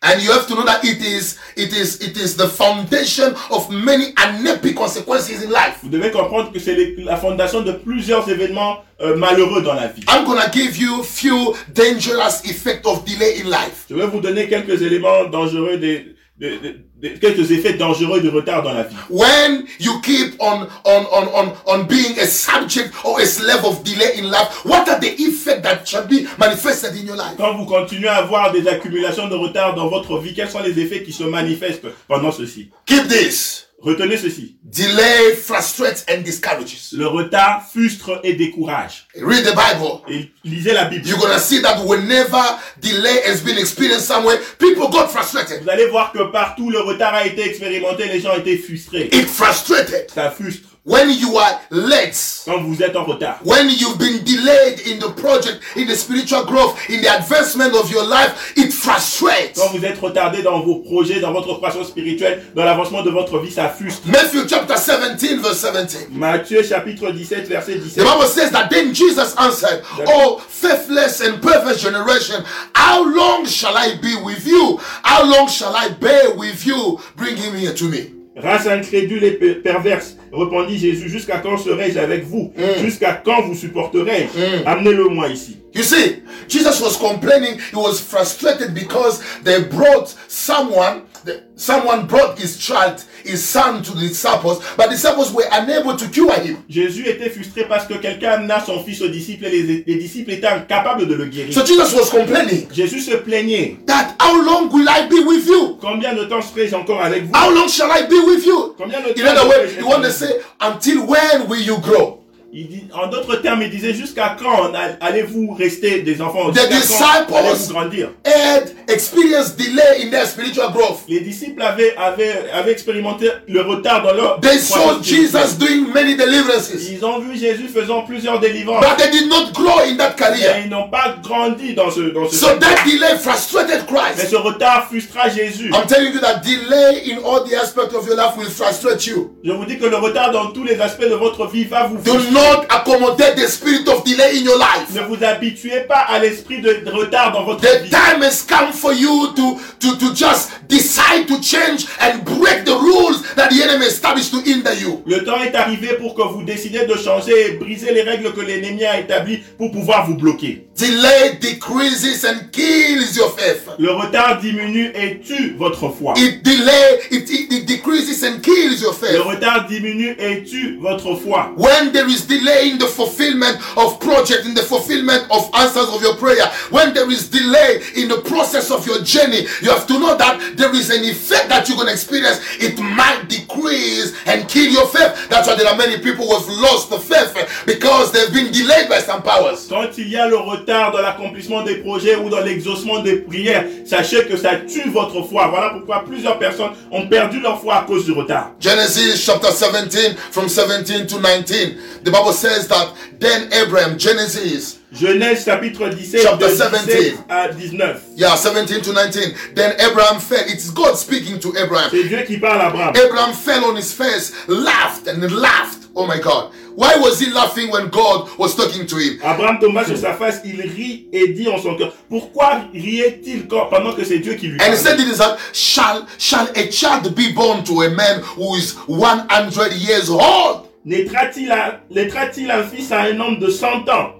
Speaker 1: And you have to know that it is it is it is the foundation of many unhappy consequences in life.
Speaker 2: Vous devez comprendre que c'est les- la fondation de plusieurs événements euh, malheureux dans la vie.
Speaker 1: I'm gonna give you few dangerous effect of delay in life.
Speaker 2: Je vais vous donner quelques éléments dangereux, des, des- des- des- quelques effets dangereux de retard dans la vie.
Speaker 1: When you keep on on on on on being a subject or a slave of delay in life, what are the effects that shall be manifested in your life?
Speaker 2: Quand vous continuez à avoir des accumulations de retard dans votre vie, quels sont les effets qui se manifestent pendant ceci
Speaker 1: Keep this.
Speaker 2: Retenez ceci.
Speaker 1: Delay frustrates and discourages.
Speaker 2: Le retard frustre et décourage.
Speaker 1: Read the Bible.
Speaker 2: Et lisez la Bible.
Speaker 1: You're gonna see that whenever delay has been experienced somewhere, people got frustrated.
Speaker 2: Vous allez voir que partout le retard a été expérimenté, les gens étaient frustrés.
Speaker 1: It frustrated
Speaker 2: Ça frustre
Speaker 1: when you are late.
Speaker 2: quand vous êtes en retard.
Speaker 1: When you've been delayed in the project, in the spiritual growth, in the advancement of your life, it frustrates.
Speaker 2: Quand vous êtes retardé dans vos projets, dans votre croissance spirituelle, dans l'avancement de votre vie, ça frustre.
Speaker 1: Matthew chapter 17, verse 17.
Speaker 2: Matthieu chapitre 17, verset
Speaker 1: The
Speaker 2: 17.
Speaker 1: Bible says that then Jesus answered, Oh, faithless and perverse generation, how long shall I be with you? How long shall I bear with you? Bring him here to me.
Speaker 2: Race incrédule et per- perverse, répondit Jésus, jusqu'à quand serai-je avec vous Jusqu'à quand vous supporterai-je Amenez-le-moi ici.
Speaker 1: You see, Jesus was complaining. He was frustrated because they brought someone, the- someone brought his child, his son to the disciples, but the disciples were unable to cure him.
Speaker 2: Jésus était frustré parce que quelqu'un amena son fils aux disciples et les, les disciples étaient incapables de le guérir.
Speaker 1: So Jesus was complaining
Speaker 2: Jésus se plaignait.
Speaker 1: that how long will I be with you?
Speaker 2: Combien de temps serai-je encore avec vous
Speaker 1: How long shall I be with you?
Speaker 2: Combien de
Speaker 1: In
Speaker 2: temps
Speaker 1: other
Speaker 2: serai-je
Speaker 1: words, you
Speaker 2: avec
Speaker 1: want to
Speaker 2: vous
Speaker 1: say, until when will you grow?
Speaker 2: Il dit, en d'autres termes, il disait jusqu'à quand a- allez-vous rester des enfants
Speaker 1: The
Speaker 2: Jusqu'à quand
Speaker 1: disciples-
Speaker 2: allez-vous grandir
Speaker 1: And experience delay in their spiritual growth.
Speaker 2: Les disciples avaient, avaient, avaient expérimenté le retard dans leur
Speaker 1: They saw
Speaker 2: croissance spirituelle.
Speaker 1: Jesus doing many deliverances,
Speaker 2: Ils ont vu Jésus faisant plusieurs délivrances,
Speaker 1: but they did not grow in that
Speaker 2: mais
Speaker 1: career.
Speaker 2: ils n'ont pas grandi dans ce dans ce.
Speaker 1: So that delay frustrated Christ.
Speaker 2: mais ce retard frustra Jésus.
Speaker 1: I'm telling you that delay in all the aspects of your life will frustrate you.
Speaker 2: Je vous dis que le retard dans tous les aspects de votre vie va vous
Speaker 1: Do
Speaker 2: frustrer.
Speaker 1: not accommodate the spirit of delay in your
Speaker 2: Ne
Speaker 1: life.
Speaker 2: vous habituez pas à l'esprit de de retard dans votre
Speaker 1: The
Speaker 2: vie.
Speaker 1: time has come for you to, to, to just decide to change and break the rules that the enemy established to hinder you.
Speaker 2: Le temps est arrivé pour que vous décidiez de changer et briser les règles que l'ennemi a établies pour pouvoir vous bloquer.
Speaker 1: Delay decreases and kills your faith.
Speaker 2: Le retard diminue et tue votre foi.
Speaker 1: It delay, it, it, it decreases and kills your
Speaker 2: Le
Speaker 1: faith.
Speaker 2: retard diminue et tue votre foi.
Speaker 1: When there is delay in the fulfillment of project, in the fulfillment of answers of your prayer, when there is delay in the process of your journey, you have to know that there is an effect that you're going to experience. It might decrease and kill your faith. That's why there are many people who have lost the faith eh, because they've been delayed by some powers.
Speaker 2: Quand il y a le retard dans l'accomplissement des projets ou dans l'exaucement des prières, sachez que ça tue votre foi. Voilà pourquoi plusieurs personnes ont perdu leur foi à cause du retard.
Speaker 1: Genesis chapter 17, from 17 to 19, the Bible says that then Abraham, Genesis
Speaker 2: Genèse chapitre 17,
Speaker 1: Chapter
Speaker 2: de 17
Speaker 1: 17.
Speaker 2: à 19.
Speaker 1: Yeah, 17 to 19. Then Abraham fell. It's God speaking to Abraham.
Speaker 2: C'est Dieu qui parle à Abraham.
Speaker 1: Abraham fell on his face, laughed and laughed. Oh my God. Why was he laughing when God was talking to him?
Speaker 2: Abraham tomba sur sa face, il rit et dit en son cœur, pourquoi riait-il quand- pendant que c'est Dieu qui lui
Speaker 1: And
Speaker 2: parle
Speaker 1: he said it is that shall shall a child be born to a man who is 100 years old?
Speaker 2: Naîtra-t-il un- naîtra-t-il un fils à un homme de 100 ans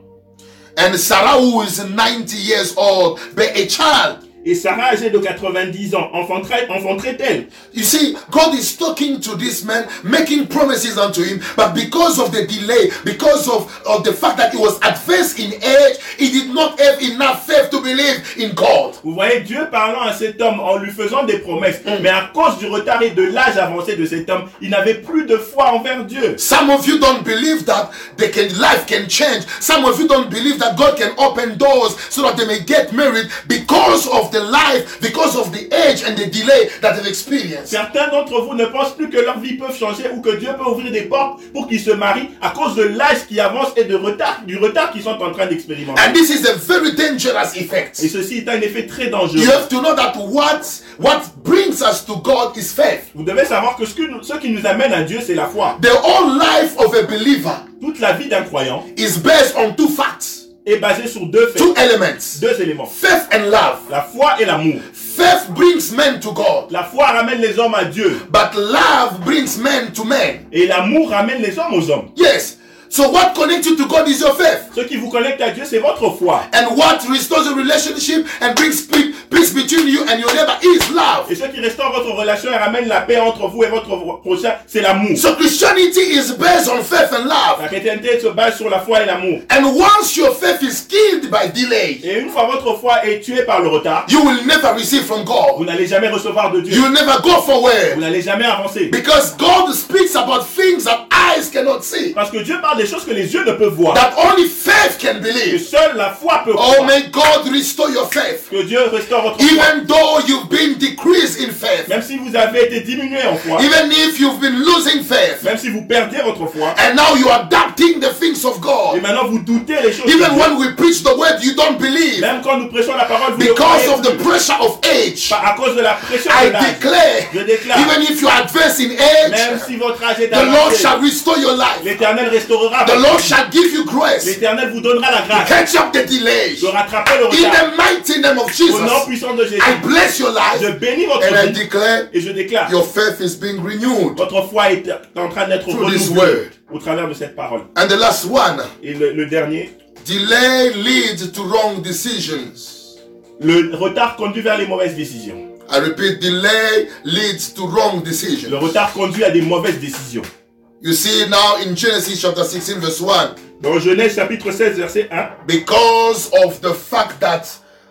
Speaker 1: And Sarah who is 90 years old bear a child.
Speaker 2: Et Sarah, âgée de 90 ans, enfanterait- enfanterait-elle
Speaker 1: You see, God is talking to this man, making promises unto him, but because of the delay, because of, of the fact that he was advanced in age, he did not have enough faith to be believe in God.
Speaker 2: Vous voyez, Dieu parlant à cet homme en lui faisant des promesses, mais à cause du retard et de l'âge avancé de cet homme, il n'avait plus de foi envers Dieu.
Speaker 1: Some of you don't believe that they can life can change. Some of you don't believe that God can open doors so that they may get married because of the life, because of the age and the delay that they've experienced.
Speaker 2: Certains d'entre vous ne pensent plus que leur vie peut changer ou que Dieu peut ouvrir des portes pour qu'ils se marient à cause de l'âge qui avance et de retard, du retard qu'ils sont en train d'expérimenter.
Speaker 1: And this is a very dangerous effect.
Speaker 2: Et ceci est un effet très dangereux.
Speaker 1: You have to know that what what brings us to God is faith.
Speaker 2: Vous devez savoir que ce, que nous- ce qui nous amène à Dieu, c'est la foi.
Speaker 1: The whole life of a believer
Speaker 2: Toute la vie d'un croyant
Speaker 1: is based on two facts,
Speaker 2: est basée sur deux faits,
Speaker 1: two elements:
Speaker 2: deux éléments.
Speaker 1: faith and love.
Speaker 2: La foi et l'amour.
Speaker 1: Faith brings men to God,
Speaker 2: La foi ramène les hommes à Dieu
Speaker 1: but love brings men to men.
Speaker 2: et l'amour ramène les hommes aux hommes.
Speaker 1: Yes. So what connects you to God is your faith.
Speaker 2: Ce qui vous connecte à Dieu, c'est votre foi.
Speaker 1: And what restores a relationship and brings pe- peace between you and your neighbor is love.
Speaker 2: Et ce qui restaure votre relation et ramène la paix entre vous et votre prochain, c'est l'amour.
Speaker 1: So Christianity is based on faith and love.
Speaker 2: La chrétienté se base sur la foi et l'amour.
Speaker 1: And once your faith is killed by delay,
Speaker 2: Et une fois votre foi est tuée par le retard,
Speaker 1: you will never receive from
Speaker 2: vous
Speaker 1: God.
Speaker 2: n'allez jamais recevoir de
Speaker 1: You
Speaker 2: Dieu.
Speaker 1: will never go
Speaker 2: Vous
Speaker 1: forward.
Speaker 2: n'allez jamais avancer.
Speaker 1: Because God speaks about things that eyes cannot see,
Speaker 2: Parce que Dieu parle des choses que les yeux ne peuvent voir.
Speaker 1: that only faith can
Speaker 2: Que
Speaker 1: believe.
Speaker 2: seule la foi peut
Speaker 1: Oh,
Speaker 2: croire.
Speaker 1: may God restore your faith.
Speaker 2: Que Dieu restaure votre foi.
Speaker 1: Even though you've been decreased in faith,
Speaker 2: Même si vous avez été diminué en foi,
Speaker 1: even if you've been losing faith,
Speaker 2: même si vous perdez votre foi,
Speaker 1: and now you are adapting the things of
Speaker 2: et
Speaker 1: God.
Speaker 2: maintenant vous doutez les choses. de
Speaker 1: Even
Speaker 2: Dieu.
Speaker 1: when we preach the word, you don't believe
Speaker 2: Même quand nous prêchons la parole, vous ne
Speaker 1: because of
Speaker 2: croyez
Speaker 1: the
Speaker 2: plus.
Speaker 1: pressure of age.
Speaker 2: Pas à cause de la pression
Speaker 1: I
Speaker 2: de l'âge.
Speaker 1: declare,
Speaker 2: Je déclare.
Speaker 1: even if you are advanced in
Speaker 2: Même
Speaker 1: age,
Speaker 2: si votre âge est
Speaker 1: the Lord
Speaker 2: avancé,
Speaker 1: shall restore your life.
Speaker 2: l'Éternel restaurera.
Speaker 1: The
Speaker 2: votre
Speaker 1: Lord
Speaker 2: vie.
Speaker 1: shall give you grace.
Speaker 2: L'Éternel vous donnera la grâce
Speaker 1: Catch up the delays.
Speaker 2: de rattraper le
Speaker 1: In
Speaker 2: retard.
Speaker 1: the mighty name of
Speaker 2: Au nom
Speaker 1: Jesus,
Speaker 2: puissant de Jésus,
Speaker 1: I bless your life
Speaker 2: je bénis
Speaker 1: and I
Speaker 2: votre vie
Speaker 1: declare
Speaker 2: et je déclare,
Speaker 1: your faith is being renewed.
Speaker 2: votre foi est en train d'être
Speaker 1: Through this
Speaker 2: renouvelée
Speaker 1: word.
Speaker 2: au travers de cette parole.
Speaker 1: And the last one
Speaker 2: Et le, le dernier,
Speaker 1: delay leads to wrong decisions.
Speaker 2: le retard conduit vers les mauvaises décisions.
Speaker 1: I repeat, delay leads to wrong
Speaker 2: Le
Speaker 1: decisions.
Speaker 2: retard conduit à des mauvaises décisions.
Speaker 1: You see now in Genesis chapter 16, verse 1,
Speaker 2: Dans Genèse chapitre 16, verset 1,
Speaker 1: because of the fact that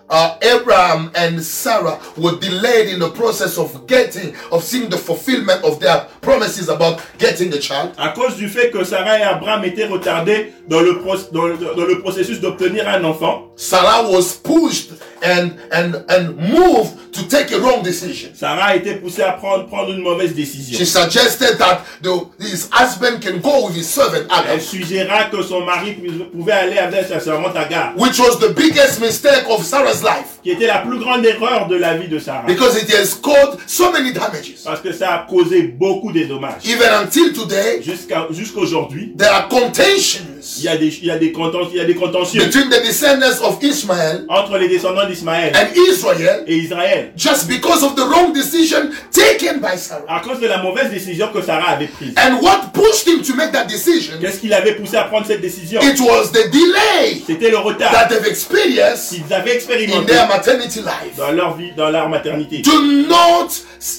Speaker 1: uh, Abraham and Sarah were delayed in the process of getting, of seeing the fulfillment of their promises about getting the child.
Speaker 2: à cause du fait que Sarah et Abraham étaient retardés dans le, proc- dans le- dans le processus d'obtenir un enfant,
Speaker 1: Sarah was pushed and and and moved to take a wrong decision.
Speaker 2: Sarah a été poussée à prendre, prendre une mauvaise décision.
Speaker 1: She suggested that the, his husband can go with his servant
Speaker 2: Elle
Speaker 1: Adam,
Speaker 2: suggéra que son mari pu- pouvait aller avec sa servante Agar,
Speaker 1: which was the biggest mistake of Sarah's life
Speaker 2: qui était la plus grande erreur de la vie de Sarah.
Speaker 1: because it has caused so many damages.
Speaker 2: Parce que ça a causé beaucoup de dommages.
Speaker 1: Even until today,
Speaker 2: Jusqu'à jusqu'aujourd'hui,
Speaker 1: there are
Speaker 2: il
Speaker 1: contentions
Speaker 2: y a des il y a des conten- il y a des contentieux
Speaker 1: between the descendants of Ishmael
Speaker 2: entre les descendants d'Ismaël
Speaker 1: and Israel
Speaker 2: et Israël
Speaker 1: just because of the wrong decision taken by Sarah.
Speaker 2: à cause de la mauvaise décision que Sarah avait prise.
Speaker 1: And what pushed him to make that decision?
Speaker 2: Qu'est-ce qui l'avait poussé à prendre cette décision
Speaker 1: It was the delay
Speaker 2: C'était le retard
Speaker 1: that they've experienced
Speaker 2: qu'ils avaient
Speaker 1: in
Speaker 2: expérimenté
Speaker 1: their maternity life.
Speaker 2: dans leur vie, dans leur maternité.
Speaker 1: Do not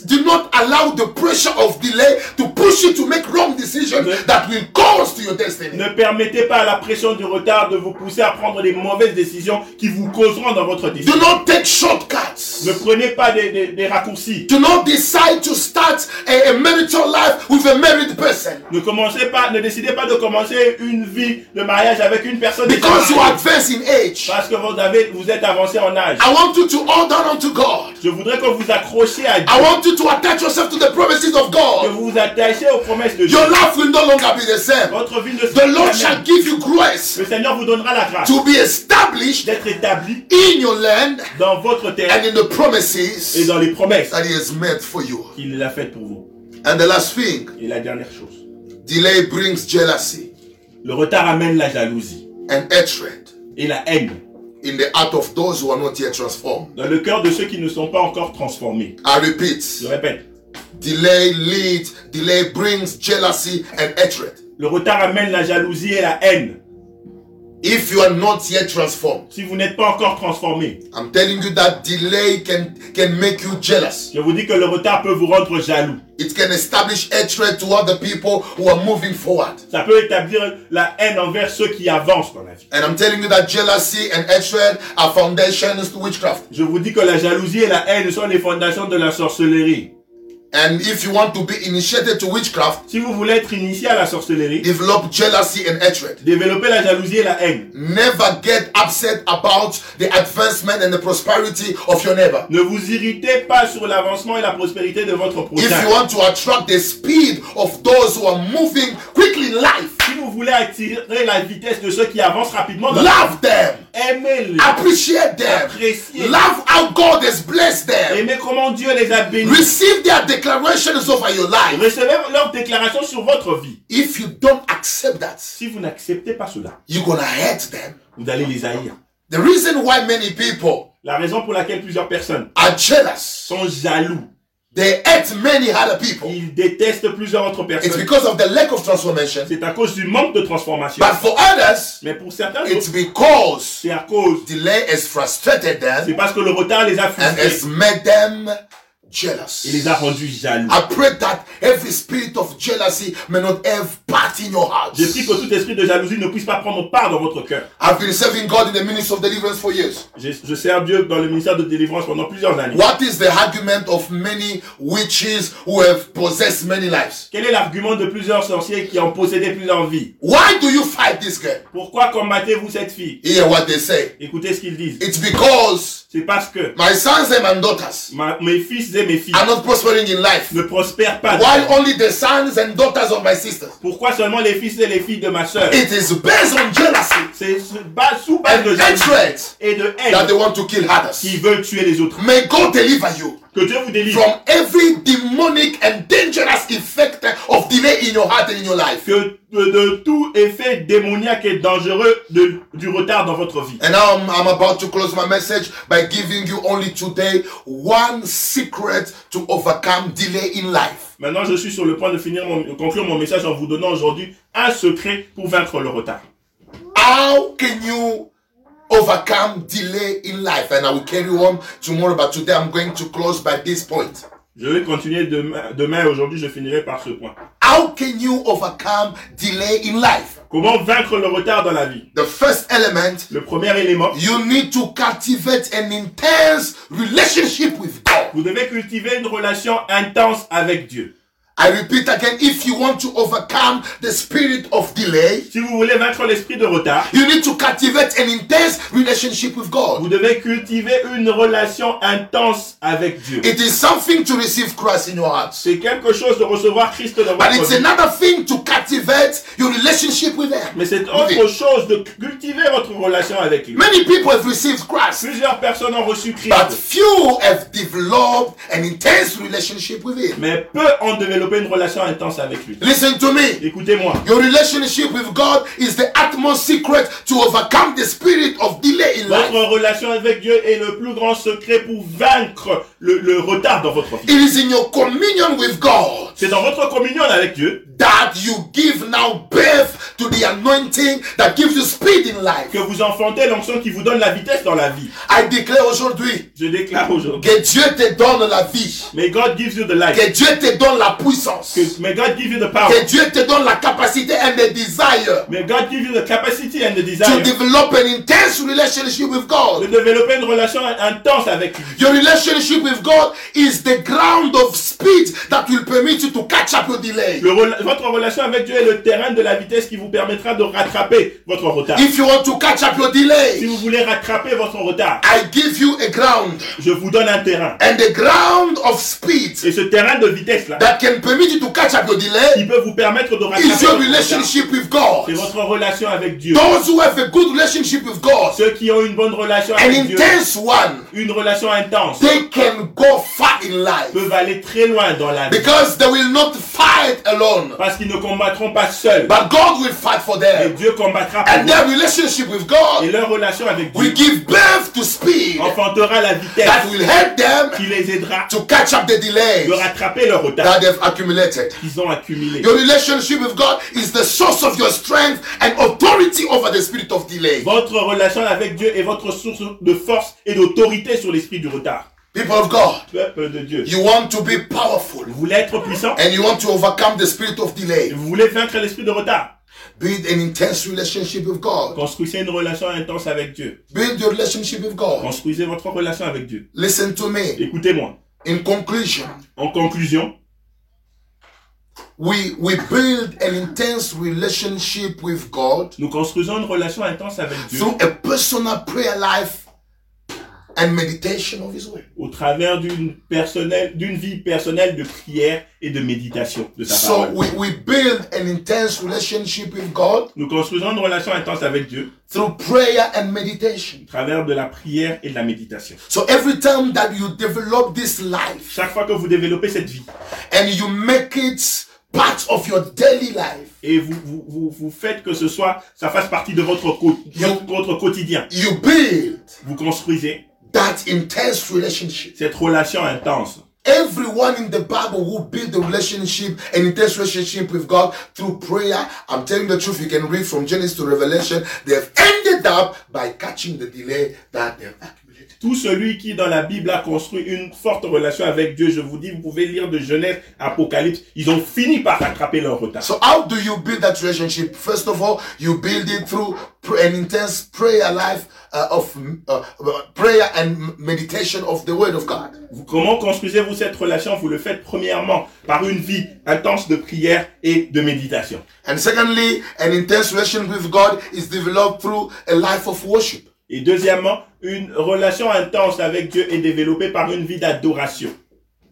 Speaker 1: do not allow the pressure of delay to push you to make wrong decisions that will cause to your destiny.
Speaker 2: Ne permettez pas à la pression du retard de vous pousser à prendre des mauvaises décisions qui vous causeront dans votre décision.
Speaker 1: Do not take shortcuts.
Speaker 2: Ne prenez pas des, des- des raccourcis.
Speaker 1: Do not decide to start a, a marital life with a married person
Speaker 2: Ne commencez pas, ne décidez pas de commencer une vie de mariage avec une personne.
Speaker 1: because you
Speaker 2: déclarée.
Speaker 1: advance in age.
Speaker 2: Parce que vous avez, vous êtes avancé en âge.
Speaker 1: I want you to hold on unto God.
Speaker 2: Je voudrais que vous accrochiez à Dieu,
Speaker 1: I want you to attach yourself to the promises of
Speaker 2: que
Speaker 1: God.
Speaker 2: vous vous attachiez aux promesses de Dieu.
Speaker 1: Your life will no longer be the same.
Speaker 2: Votre vie ne sera
Speaker 1: The Lord
Speaker 2: jamais-
Speaker 1: shall give you grace
Speaker 2: Le Seigneur vous donnera la grâce
Speaker 1: to be established
Speaker 2: d'être établi
Speaker 1: in your land
Speaker 2: dans votre terre
Speaker 1: and in the
Speaker 2: et
Speaker 1: promises
Speaker 2: dans les promesses
Speaker 1: that He has made for you.
Speaker 2: qu'il a faites pour vous.
Speaker 1: And the last thing,
Speaker 2: Et la dernière chose,
Speaker 1: delay brings jealousy
Speaker 2: le retard amène la jalousie
Speaker 1: and hatred
Speaker 2: et la haine
Speaker 1: in the heart of those who are not yet transformed.
Speaker 2: dans le cœur de ceux qui ne sont pas encore transformés.
Speaker 1: I
Speaker 2: Je
Speaker 1: repeat,
Speaker 2: répète,
Speaker 1: delay leads, delay brings jealousy and hatred.
Speaker 2: le retard amène la jalousie et la haine.
Speaker 1: If you are not yet transformed,
Speaker 2: Si vous n'êtes pas encore transformé,
Speaker 1: I'm telling you that delay can, can make you jealous.
Speaker 2: je vous dis que le retard peut vous rendre jaloux.
Speaker 1: It can establish hatred to other people who are moving forward.
Speaker 2: Ça peut établir la haine envers ceux qui avancent dans la vie.
Speaker 1: And I'm telling you that jealousy and hatred are foundations to witchcraft.
Speaker 2: Je vous dis que la jalousie et la haine sont les fondations de la sorcellerie.
Speaker 1: And if you want to be initiated to witchcraft,
Speaker 2: Si vous voulez être initié à la sorcellerie,
Speaker 1: develop jealousy and hatred.
Speaker 2: développez la jalousie et la haine.
Speaker 1: Never get upset about the advancement and the prosperity of your neighbor.
Speaker 2: Ne vous irritez pas sur l'avancement et la prospérité de votre
Speaker 1: If
Speaker 2: prochain.
Speaker 1: you want to attract the speed of those who are moving quickly in life,
Speaker 2: Si vous voulez attirer la vitesse de ceux qui avancent rapidement, dans la
Speaker 1: love them,
Speaker 2: aimez-les.
Speaker 1: appreciate them,
Speaker 2: Appréciez.
Speaker 1: love how God has blessed them,
Speaker 2: Aimez comment Dieu les a bénis.
Speaker 1: receive their declarations over your life.
Speaker 2: Recevez leur déclaration sur votre vie.
Speaker 1: If you don't accept that,
Speaker 2: Si vous n'acceptez pas cela,
Speaker 1: you're gonna hate them.
Speaker 2: vous allez les haïr.
Speaker 1: The reason why many people
Speaker 2: La raison pour laquelle plusieurs personnes
Speaker 1: are jealous,
Speaker 2: sont jaloux,
Speaker 1: they hate many other people.
Speaker 2: ils détestent plusieurs autres
Speaker 1: It's
Speaker 2: personnes.
Speaker 1: because of the lack of transformation.
Speaker 2: C'est à cause du manque de transformation.
Speaker 1: But for others,
Speaker 2: Mais pour certains,
Speaker 1: it's because
Speaker 2: c'est à cause.
Speaker 1: delay has frustrated
Speaker 2: C'est
Speaker 1: them
Speaker 2: parce que le retard les a
Speaker 1: and has
Speaker 2: frustrés.
Speaker 1: made them
Speaker 2: Il les
Speaker 1: jealous.
Speaker 2: a rendus jaloux.
Speaker 1: I pray that every spirit of jealousy may not have part in your heart.
Speaker 2: Je prie que tout esprit de jalousie ne puisse pas prendre part dans votre cœur.
Speaker 1: I've been serving God in the ministry of deliverance for years.
Speaker 2: Je, je sers Dieu dans le ministère de délivrance pendant plusieurs années.
Speaker 1: What is the argument of many witches who have possessed many lives?
Speaker 2: Quel est l'argument de plusieurs sorciers qui ont possédé plusieurs vies
Speaker 1: Why do you fight this girl?
Speaker 2: Pourquoi combattez-vous cette fille
Speaker 1: Hear what they say.
Speaker 2: Écoutez ce qu'ils disent.
Speaker 1: It's because
Speaker 2: C'est parce que
Speaker 1: my sons and my daughters
Speaker 2: ma- mes fils et mes filles
Speaker 1: are not prospering in life.
Speaker 2: ne prospèrent pas.
Speaker 1: Ah. Why only the sons and daughters of my sisters?
Speaker 2: Pourquoi seulement les fils et les filles de ma sœur
Speaker 1: It is based on jealousy
Speaker 2: C'est sous base sous base
Speaker 1: and
Speaker 2: de jalousie
Speaker 1: hatred
Speaker 2: et de
Speaker 1: that they
Speaker 2: haine
Speaker 1: want to kill
Speaker 2: qui
Speaker 1: others.
Speaker 2: veulent tuer les autres.
Speaker 1: May God deliver you
Speaker 2: Que Dieu vous délivre.
Speaker 1: from every demonic and dangerous effect of delay in your heart and in your life.
Speaker 2: que de, de tout effet démoniaque et dangereux de- du retard dans votre vie.
Speaker 1: And now I'm, I'm about to close my message by giving you only today one secret to overcome delay in life.
Speaker 2: Maintenant, je suis sur le point de finir mon, de conclure mon message en vous donnant aujourd'hui un secret pour vaincre le retard.
Speaker 1: How can you overcome delay in life? And I will carry on tomorrow, but today I'm going to close by this point.
Speaker 2: Je vais continuer demain, demain et aujourd'hui, je finirai par ce point.
Speaker 1: How can you overcome delay in life?
Speaker 2: Comment vaincre le retard dans la vie
Speaker 1: The first element,
Speaker 2: Le premier élément,
Speaker 1: you need to cultivate an intense relationship with God.
Speaker 2: vous devez cultiver une relation intense avec Dieu.
Speaker 1: I repeat again, if you want to overcome the spirit of delay,
Speaker 2: Si vous voulez vaincre l'esprit de retard,
Speaker 1: you need to cultivate an intense relationship with
Speaker 2: vous
Speaker 1: God.
Speaker 2: devez cultiver une relation intense avec Dieu.
Speaker 1: It is something to receive Christ in your heart.
Speaker 2: C'est quelque chose de recevoir Christ dans
Speaker 1: But
Speaker 2: votre
Speaker 1: it's
Speaker 2: vie.
Speaker 1: another thing to cultivate your relationship with Him.
Speaker 2: Mais c'est autre chose de cultiver votre relation avec lui.
Speaker 1: Many people have received Christ,
Speaker 2: Plusieurs personnes ont reçu
Speaker 1: but
Speaker 2: Christ,
Speaker 1: few have developed an intense relationship with Him.
Speaker 2: mais peu ont développé une relation intense avec lui.
Speaker 1: Listen to me.
Speaker 2: Écoutez-moi,
Speaker 1: Your relationship with God is the utmost secret to overcome the spirit of delay in life.
Speaker 2: votre relation avec Dieu est le plus grand secret pour vaincre le, le retard dans votre vie.
Speaker 1: It is in your communion with God
Speaker 2: C'est dans votre communion avec Dieu
Speaker 1: that you give now birth to the anointing that gives you speed in life.
Speaker 2: que vous enfantez l'onction qui vous donne la vitesse dans la vie.
Speaker 1: I declare aujourd'hui
Speaker 2: Je déclare aujourd'hui.
Speaker 1: que Dieu te donne la vie,
Speaker 2: May God gives you the life.
Speaker 1: que Dieu te donne la puissance,
Speaker 2: Que- may God give you the power.
Speaker 1: que Dieu te donne la capacité and the desire
Speaker 2: May God give you the capacity and the
Speaker 1: to
Speaker 2: desire
Speaker 1: develop an intense relationship with
Speaker 2: de
Speaker 1: God.
Speaker 2: développer une relation intense avec lui.
Speaker 1: Your relationship with God is the ground of speed that will permit you to catch up your delay.
Speaker 2: Le rela- votre relation avec Dieu est le terrain de la vitesse qui vous permettra de rattraper votre retard.
Speaker 1: If you want to catch up your
Speaker 2: Si vous
Speaker 1: delay,
Speaker 2: voulez rattraper votre retard,
Speaker 1: I give you a ground
Speaker 2: je vous donne un terrain.
Speaker 1: and a ground of speed
Speaker 2: Et ce terrain de vitesse là,
Speaker 1: that can permit you to catch up your
Speaker 2: qui
Speaker 1: delay
Speaker 2: peut vous permettre de rattraper
Speaker 1: is your
Speaker 2: votre retard,
Speaker 1: relationship with God.
Speaker 2: c'est votre relation avec Dieu.
Speaker 1: Those who have a good relationship with God,
Speaker 2: Ceux qui ont une bonne relation
Speaker 1: an
Speaker 2: avec Dieu,
Speaker 1: intense one,
Speaker 2: une relation intense,
Speaker 1: they can go far in life
Speaker 2: peuvent aller très loin dans la vie
Speaker 1: because they will not fight alone,
Speaker 2: parce qu'ils ne combattront pas seuls.
Speaker 1: but God will fight for
Speaker 2: Et
Speaker 1: them.
Speaker 2: Dieu combattra pour
Speaker 1: And
Speaker 2: eux.
Speaker 1: their relationship with
Speaker 2: Et
Speaker 1: God
Speaker 2: leur relation avec
Speaker 1: will
Speaker 2: Dieu
Speaker 1: give birth to speed
Speaker 2: en enfantera
Speaker 1: that
Speaker 2: la vitesse
Speaker 1: will help them
Speaker 2: qui les aidera
Speaker 1: to catch up the
Speaker 2: de
Speaker 1: delays
Speaker 2: rattraper leur retard
Speaker 1: that they've accumulated.
Speaker 2: qu'ils ont accumulé.
Speaker 1: Your relationship with God is the source of your strength and authority over the spirit of delay.
Speaker 2: Votre relation avec Dieu est votre source de force et d'autorité sur l'esprit du retard.
Speaker 1: People of God,
Speaker 2: Peuple de Dieu,
Speaker 1: you want to be powerful
Speaker 2: vous voulez être puissant
Speaker 1: and you want to overcome the spirit of delay.
Speaker 2: Vous voulez vaincre l'esprit de retard
Speaker 1: Build an intense relationship with God.
Speaker 2: Construisez une relation intense avec Dieu.
Speaker 1: Build your relationship with God.
Speaker 2: Construisez votre relation avec Dieu.
Speaker 1: Listen to me.
Speaker 2: Écoutez-moi.
Speaker 1: In conclusion,
Speaker 2: En conclusion,
Speaker 1: we, we build an intense relationship with God
Speaker 2: nous construisons une relation intense avec Dieu
Speaker 1: through a personal prayer life and meditation of His Word.
Speaker 2: au travers d'une personnelle- d'une vie personnelle de prière et de méditation de sa
Speaker 1: So
Speaker 2: parole.
Speaker 1: we, we build an intense relationship with God
Speaker 2: Nous construisons une relation intense avec Dieu
Speaker 1: through prayer and meditation.
Speaker 2: au travers de la prière et de la méditation.
Speaker 1: So every time that you develop this life
Speaker 2: Chaque fois que vous développez cette vie
Speaker 1: and you make it part of your daily life,
Speaker 2: et vous, vous, vous, vous faites que ce soit, ça fasse partie de votre, co- votre- votre quotidien,
Speaker 1: you build
Speaker 2: vous construisez
Speaker 1: that intense relationship.
Speaker 2: cette relation intense.
Speaker 1: Everyone in the Bible who built a relationship, an intense relationship with God through prayer, I'm telling the truth, you can read from Genesis to Revelation, they have ended up by catching the delay that they've accumulated.
Speaker 2: Tout celui qui dans la Bible a construit une forte relation avec Dieu, je vous dis, vous pouvez lire de Genèse, Apocalypse, ils ont fini par rattraper leur retard.
Speaker 1: So how do you build that relationship? First of all, you build it through pr- an intense prayer life uh, of mm, uh, uh, prayer and meditation of the Word of God.
Speaker 2: Vous- comment construisez-vous cette relation Vous le faites premièrement par une vie intense de prière et de méditation.
Speaker 1: And secondly, an intense relation with God is developed through a life of worship.
Speaker 2: Et deuxièmement, une relation intense avec Dieu est développée par une vie d'adoration.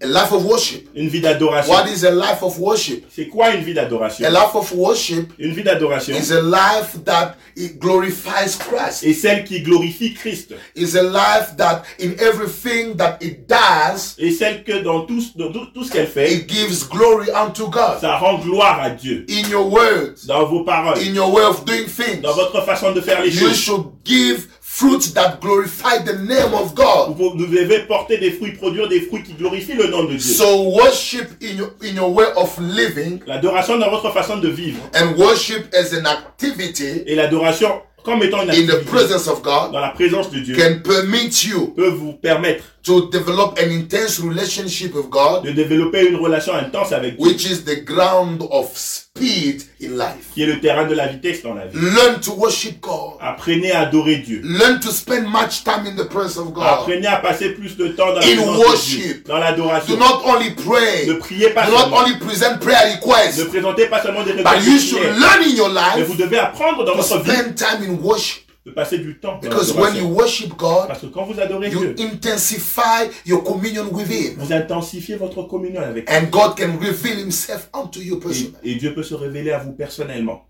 Speaker 1: A life of worship.
Speaker 2: Une vie d'adoration.
Speaker 1: What is a life of worship?
Speaker 2: C'est quoi une vie d'adoration
Speaker 1: A life of worship
Speaker 2: Une vie d'adoration
Speaker 1: is a life that it glorifies Christ.
Speaker 2: est celle qui glorifie Christ.
Speaker 1: Is a life that in everything that it does,
Speaker 2: Et celle que dans tout, dans tout, tout ce qu'elle fait,
Speaker 1: it gives glory unto God.
Speaker 2: ça rend gloire à Dieu.
Speaker 1: In your words,
Speaker 2: Dans vos paroles,
Speaker 1: in your way of doing things,
Speaker 2: dans votre façon de faire les
Speaker 1: you
Speaker 2: choses.
Speaker 1: should give fruit that glorify the name of
Speaker 2: Vous,
Speaker 1: God.
Speaker 2: vous devez porter des fruits, produire des fruits qui glorifient le nom de Dieu.
Speaker 1: So worship in your in your way of living
Speaker 2: L'adoration dans votre façon de vivre.
Speaker 1: and worship as an activity
Speaker 2: et l'adoration comme étant une
Speaker 1: in the
Speaker 2: activité
Speaker 1: presence of God
Speaker 2: dans la présence de Dieu
Speaker 1: can permit you
Speaker 2: peut vous permettre
Speaker 1: to develop an intense relationship with God,
Speaker 2: de développer une relation intense avec Dieu,
Speaker 1: which is the ground of speed in life.
Speaker 2: qui est le terrain de la vitesse dans la vie.
Speaker 1: Learn to worship
Speaker 2: Ah.
Speaker 1: God.
Speaker 2: Apprenez à adorer Dieu.
Speaker 1: Learn to spend much time in the presence of God.
Speaker 2: Apprenez à passer plus de temps dans la
Speaker 1: In
Speaker 2: présence de Dieu,
Speaker 1: worship.
Speaker 2: dans
Speaker 1: Do
Speaker 2: l'adoration.
Speaker 1: not only pray.
Speaker 2: Ne
Speaker 1: Do
Speaker 2: priez pas
Speaker 1: not
Speaker 2: seulement.
Speaker 1: only present prayer
Speaker 2: Ne
Speaker 1: requests.
Speaker 2: présentez pas seulement des
Speaker 1: But
Speaker 2: réponses
Speaker 1: you should learn in your
Speaker 2: mais
Speaker 1: life
Speaker 2: vous devez apprendre dans
Speaker 1: to
Speaker 2: votre vie
Speaker 1: spend time in worship.
Speaker 2: de passer du temps dans
Speaker 1: Because when you
Speaker 2: l'adoration.
Speaker 1: worship God,
Speaker 2: Parce que quand vous adorez
Speaker 1: you
Speaker 2: Dieu,
Speaker 1: intensify your communion with Him.
Speaker 2: vous intensifiez votre communion avec
Speaker 1: And God can reveal Himself unto you
Speaker 2: Dieu.
Speaker 1: personally.
Speaker 2: Et, et Dieu peut se révéler à vous personnellement.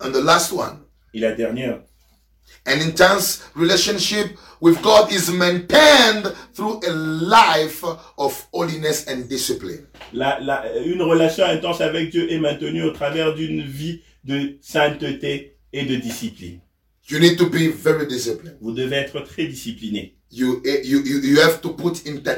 Speaker 1: And the last one,
Speaker 2: Et la dernière,
Speaker 1: an intense relationship with God is maintained through a life of holiness and discipline.
Speaker 2: La- la- une relation intense avec Dieu est maintenue au travers d'une vie de sainteté et de discipline.
Speaker 1: You need to be very disciplined.
Speaker 2: Vous devez être très discipliné.
Speaker 1: You, eh, you, you, you have to put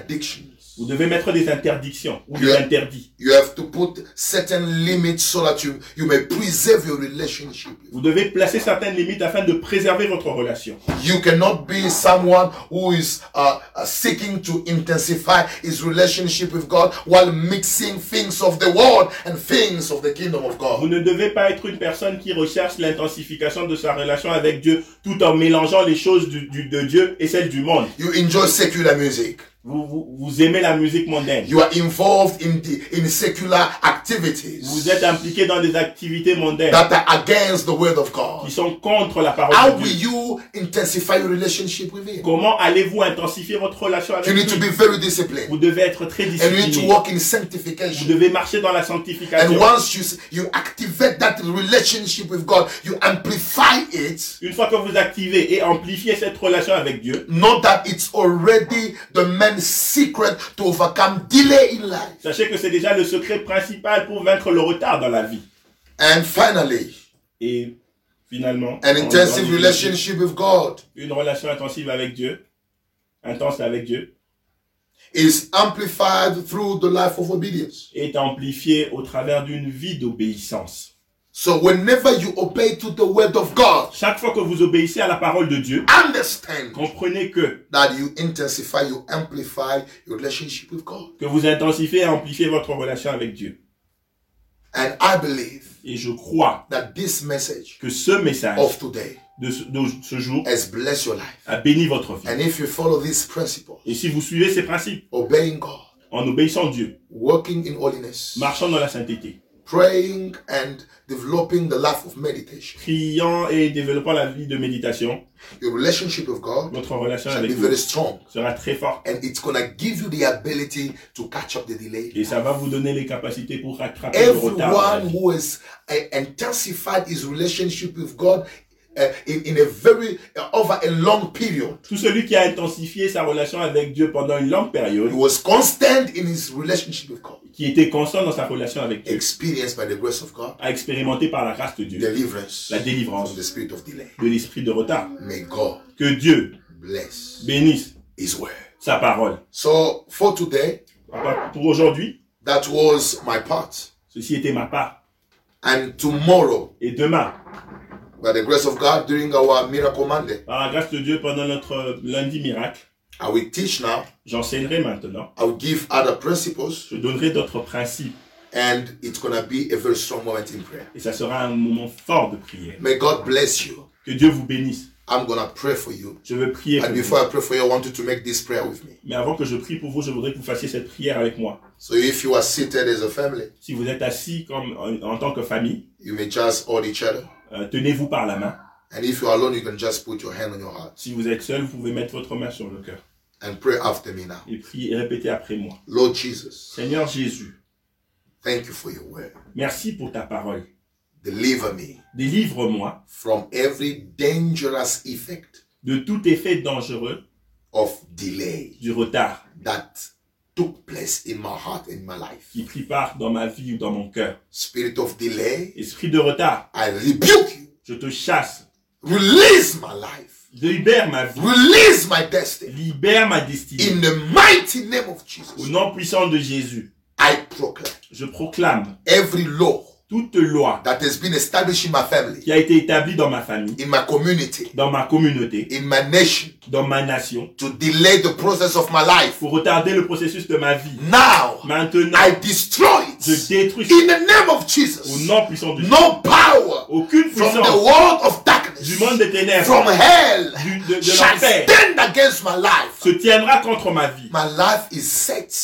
Speaker 1: interdictions.
Speaker 2: Vous devez mettre des interdictions ou des
Speaker 1: Yeah.
Speaker 2: interdits.
Speaker 1: You have to put certain limits so that you, you may preserve your relationship.
Speaker 2: Vous devez placer certaines limites afin de préserver votre relation.
Speaker 1: You cannot be someone who is uh, uh, seeking to intensify his relationship with God while mixing things of the world and things of the kingdom of
Speaker 2: Vous
Speaker 1: God.
Speaker 2: ne devez pas être une personne qui recherche l'intensification de sa relation avec Dieu tout en mélangeant les choses du- du- de Dieu et celles du monde.
Speaker 1: You enjoy secular music.
Speaker 2: Vous, vous, vous aimez la musique mondaine.
Speaker 1: You are involved in the in secular
Speaker 2: Vous
Speaker 1: activities
Speaker 2: êtes impliqué dans des activités mondaines
Speaker 1: that are against the word of
Speaker 2: qui
Speaker 1: God.
Speaker 2: sont contre la
Speaker 1: How
Speaker 2: parole de
Speaker 1: will
Speaker 2: Dieu.
Speaker 1: you intensify your relationship with Him?
Speaker 2: Comment allez-vous intensifier votre relation avec
Speaker 1: You need
Speaker 2: Dieu
Speaker 1: to be very disciplined
Speaker 2: Vous devez être très
Speaker 1: and you need to
Speaker 2: discipliné.
Speaker 1: walk in
Speaker 2: Vous
Speaker 1: sanctification.
Speaker 2: devez marcher dans la
Speaker 1: And
Speaker 2: sanctification.
Speaker 1: once you s- you activate that relationship with God, you amplify it.
Speaker 2: Une fois que vous activez et amplifiez cette relation avec Dieu,
Speaker 1: Know that it's already the man's secret to overcome delay in life.
Speaker 2: sachez que c'est déjà le secret principal pour vaincre le retard dans la vie.
Speaker 1: And finally,
Speaker 2: Et
Speaker 1: an
Speaker 2: finalement, en
Speaker 1: intensive
Speaker 2: grande-
Speaker 1: relationship with God
Speaker 2: une relation intensive avec Dieu intense avec Dieu
Speaker 1: is amplified through the life of obedience.
Speaker 2: est amplifiée au travers d'une vie d'obéissance.
Speaker 1: So whenever you obey to the word of God,
Speaker 2: Chaque fois que vous obéissez à la parole de Dieu,
Speaker 1: understand
Speaker 2: comprenez que,
Speaker 1: that you intensify, you amplify your relationship with God.
Speaker 2: que vous intensifiez et amplifiez votre relation avec Dieu.
Speaker 1: And I believe
Speaker 2: Et je crois
Speaker 1: that this message
Speaker 2: que ce message
Speaker 1: of today
Speaker 2: de ce, de ce jour
Speaker 1: has blessed your life.
Speaker 2: a béni votre vie.
Speaker 1: And if you follow this principle,
Speaker 2: Et si vous suivez ces principes,
Speaker 1: obeying God,
Speaker 2: en obéissant Dieu,
Speaker 1: working in holiness,
Speaker 2: marchant dans la sainteté,
Speaker 1: praying and developing the life of meditation,
Speaker 2: priant et développant la vie de méditation,
Speaker 1: your relationship with God
Speaker 2: votre relation
Speaker 1: shall
Speaker 2: avec
Speaker 1: be
Speaker 2: Dieu
Speaker 1: very strong.
Speaker 2: sera très forte.
Speaker 1: And it's gonna give you the ability to catch up the delay.
Speaker 2: Et ça va vous donner les capacités pour rattraper le retard. dans la
Speaker 1: Everyone
Speaker 2: vie.
Speaker 1: who has uh, intensified his relationship with God uh, in, in a very uh, over a long period,
Speaker 2: Tout celui qui a intensifié sa relation avec Dieu pendant une longue période,
Speaker 1: he was constant in his relationship with God,
Speaker 2: qui était constant dans sa relation avec Dieu,
Speaker 1: experienced by the grace of God,
Speaker 2: a expérimenté par la grâce de Dieu
Speaker 1: deliverance
Speaker 2: La délivrance.
Speaker 1: from the spirit of delay.
Speaker 2: de l'esprit de retard.
Speaker 1: May God
Speaker 2: Que Dieu
Speaker 1: bless
Speaker 2: bénisse
Speaker 1: His word.
Speaker 2: sa parole.
Speaker 1: So for today,
Speaker 2: Pour aujourd'hui,
Speaker 1: that was my part.
Speaker 2: ceci était ma part.
Speaker 1: And tomorrow,
Speaker 2: Et demain,
Speaker 1: by the grace of God, during our miracle Monday,
Speaker 2: par la grâce de Dieu, pendant notre lundi miracle,
Speaker 1: I will teach now.
Speaker 2: j'enseignerai maintenant.
Speaker 1: I will give other principles,
Speaker 2: Je donnerai d'autres principes.
Speaker 1: and it's gonna be a very strong moment in prayer.
Speaker 2: Et ça sera un moment fort de prière.
Speaker 1: May God bless you.
Speaker 2: Que Dieu vous bénisse.
Speaker 1: I'm gonna pray for you.
Speaker 2: Je veux prier pour
Speaker 1: And
Speaker 2: vous.
Speaker 1: before I pray for you, I want you to make this prayer with me.
Speaker 2: Mais avant que je prie pour vous, je voudrais que vous fassiez cette prière avec moi.
Speaker 1: So if you are seated as a family,
Speaker 2: Si vous êtes assis comme en, en tant que famille,
Speaker 1: you may just hold each other.
Speaker 2: euh, tenez-vous par la main.
Speaker 1: And if you are alone, you can just put your hand on your heart
Speaker 2: Si vous êtes seul, vous pouvez mettre votre main sur le cœur
Speaker 1: and pray after me now.
Speaker 2: et priez et répétez après moi.
Speaker 1: Lord Jesus,
Speaker 2: Seigneur Jésus,
Speaker 1: thank you for your word.
Speaker 2: merci pour ta parole.
Speaker 1: Deliver me
Speaker 2: Délivre-moi
Speaker 1: from every dangerous effect
Speaker 2: de tout effet dangereux
Speaker 1: of delay
Speaker 2: du retard
Speaker 1: that took place in my heart and my life.
Speaker 2: qui prit part dans ma vie ou dans mon cœur.
Speaker 1: Spirit of delay,
Speaker 2: Esprit de retard,
Speaker 1: I rebuke you.
Speaker 2: je te chasse.
Speaker 1: Release my life.
Speaker 2: Libère ma vie.
Speaker 1: Release my destiny.
Speaker 2: Libère ma destinée.
Speaker 1: In the mighty name of
Speaker 2: Au
Speaker 1: Jesus,
Speaker 2: nom puissant de Jésus,
Speaker 1: I proclaim
Speaker 2: je proclame
Speaker 1: every law
Speaker 2: toute loi
Speaker 1: that has been established in my family,
Speaker 2: qui a été établie dans ma famille,
Speaker 1: in my community,
Speaker 2: dans ma communauté,
Speaker 1: in my nation
Speaker 2: dans ma nation,
Speaker 1: to delay the process of my life.
Speaker 2: pour retarder le processus de ma vie.
Speaker 1: Now,
Speaker 2: Maintenant,
Speaker 1: I destroy
Speaker 2: je
Speaker 1: it.
Speaker 2: détruis
Speaker 1: In the name of
Speaker 2: au
Speaker 1: Jesus,
Speaker 2: nom puissant de Jésus.
Speaker 1: no power
Speaker 2: Aucune
Speaker 1: from the
Speaker 2: puissance
Speaker 1: world of darkness,
Speaker 2: du monde des ténèbres
Speaker 1: from hell,
Speaker 2: du- de, de
Speaker 1: shall
Speaker 2: l'enfer
Speaker 1: stand against my life.
Speaker 2: se tiendra contre ma vie.
Speaker 1: My life is set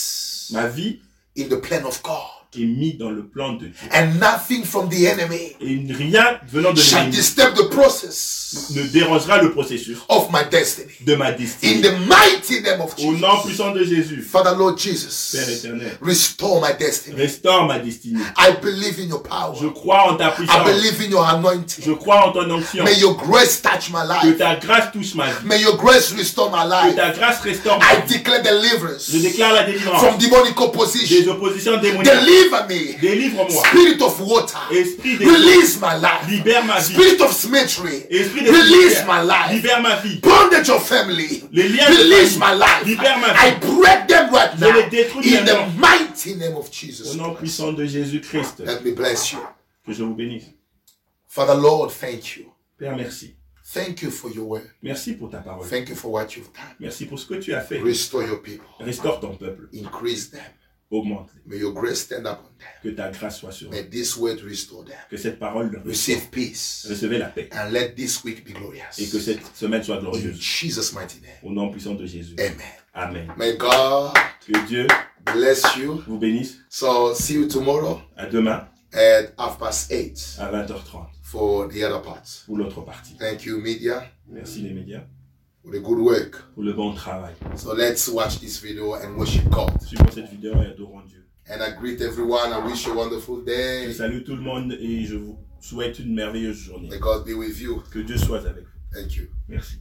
Speaker 2: Ma vie
Speaker 1: in the plan of God,
Speaker 2: est mise dans le plan de Dieu.
Speaker 1: and nothing from the enemy
Speaker 2: Et rien venant de
Speaker 1: shall
Speaker 2: l'ennemi
Speaker 1: disturb the process
Speaker 2: ne dérangera le processus
Speaker 1: of my destiny.
Speaker 2: de ma
Speaker 1: In
Speaker 2: destinée.
Speaker 1: the mighty name of
Speaker 2: Au nom
Speaker 1: Jesus,
Speaker 2: puissant de Jésus,
Speaker 1: Father Lord
Speaker 2: Père
Speaker 1: Jesus,
Speaker 2: éternel,
Speaker 1: restore my destiny.
Speaker 2: restaure ma destinée.
Speaker 1: I believe in your power.
Speaker 2: Je crois en ta
Speaker 1: I
Speaker 2: puissance.
Speaker 1: believe in your
Speaker 2: Je
Speaker 1: anointing.
Speaker 2: crois en ton onction.
Speaker 1: May your grace touch my
Speaker 2: Que
Speaker 1: life.
Speaker 2: ta grâce touche ma vie.
Speaker 1: May your grace restore my
Speaker 2: Que
Speaker 1: life.
Speaker 2: ta grâce restaure ma
Speaker 1: I
Speaker 2: vie.
Speaker 1: declare
Speaker 2: Je
Speaker 1: deliverance
Speaker 2: déclare la délivrance
Speaker 1: from demonic
Speaker 2: des
Speaker 1: opposition.
Speaker 2: oppositions démoniaques.
Speaker 1: Deliver me.
Speaker 2: Délivre-moi.
Speaker 1: Spirit of water.
Speaker 2: Esprit des
Speaker 1: Release my life.
Speaker 2: libère ma vie.
Speaker 1: Spirit of symmetry.
Speaker 2: Esprit des
Speaker 1: Release my life.
Speaker 2: libère ma vie.
Speaker 1: Bondage of family.
Speaker 2: Les liens de
Speaker 1: Release my
Speaker 2: famille.
Speaker 1: life.
Speaker 2: Libère ma
Speaker 1: I break them right
Speaker 2: Je
Speaker 1: now.
Speaker 2: les détruis
Speaker 1: In the
Speaker 2: maintenant.
Speaker 1: mighty name of Jesus.
Speaker 2: Au nom
Speaker 1: Christ.
Speaker 2: puissant de Jésus-Christ,
Speaker 1: Let me bless you.
Speaker 2: que je vous bénisse.
Speaker 1: Father Lord, thank you.
Speaker 2: Père, merci.
Speaker 1: Thank you for your word.
Speaker 2: Merci pour ta parole.
Speaker 1: Thank you for what you've done.
Speaker 2: Merci pour ce que tu as fait.
Speaker 1: Restore your people.
Speaker 2: Restaure ton peuple.
Speaker 1: Increase them.
Speaker 2: Augmente-les.
Speaker 1: May your grace stand upon them.
Speaker 2: Que ta grâce soit sur eux.
Speaker 1: May this word restore them.
Speaker 2: Que cette parole leur reçoive.
Speaker 1: Receive peace.
Speaker 2: Recevez la paix.
Speaker 1: And let this week be
Speaker 2: Et que
Speaker 1: glorious.
Speaker 2: cette semaine soit
Speaker 1: In
Speaker 2: glorieuse.
Speaker 1: Jesus' mighty name.
Speaker 2: Au nom puissant de Jésus.
Speaker 1: Amen.
Speaker 2: Amen.
Speaker 1: May God
Speaker 2: Que Dieu
Speaker 1: bless you.
Speaker 2: vous bénisse.
Speaker 1: So see you tomorrow
Speaker 2: À demain
Speaker 1: at half past eight
Speaker 2: à 20h30
Speaker 1: for the other part.
Speaker 2: pour l'autre partie.
Speaker 1: Thank you, media,
Speaker 2: Merci les médias
Speaker 1: for the good work.
Speaker 2: pour le bon travail.
Speaker 1: So let's watch this video and worship God.
Speaker 2: Suivons cette vidéo et adorons Dieu.
Speaker 1: And I greet everyone. I wish you a wonderful
Speaker 2: Je
Speaker 1: day.
Speaker 2: salue tout le monde et je vous souhaite une merveilleuse journée.
Speaker 1: May God be with you.
Speaker 2: Que Dieu soit avec vous.
Speaker 1: Thank you.
Speaker 2: Merci.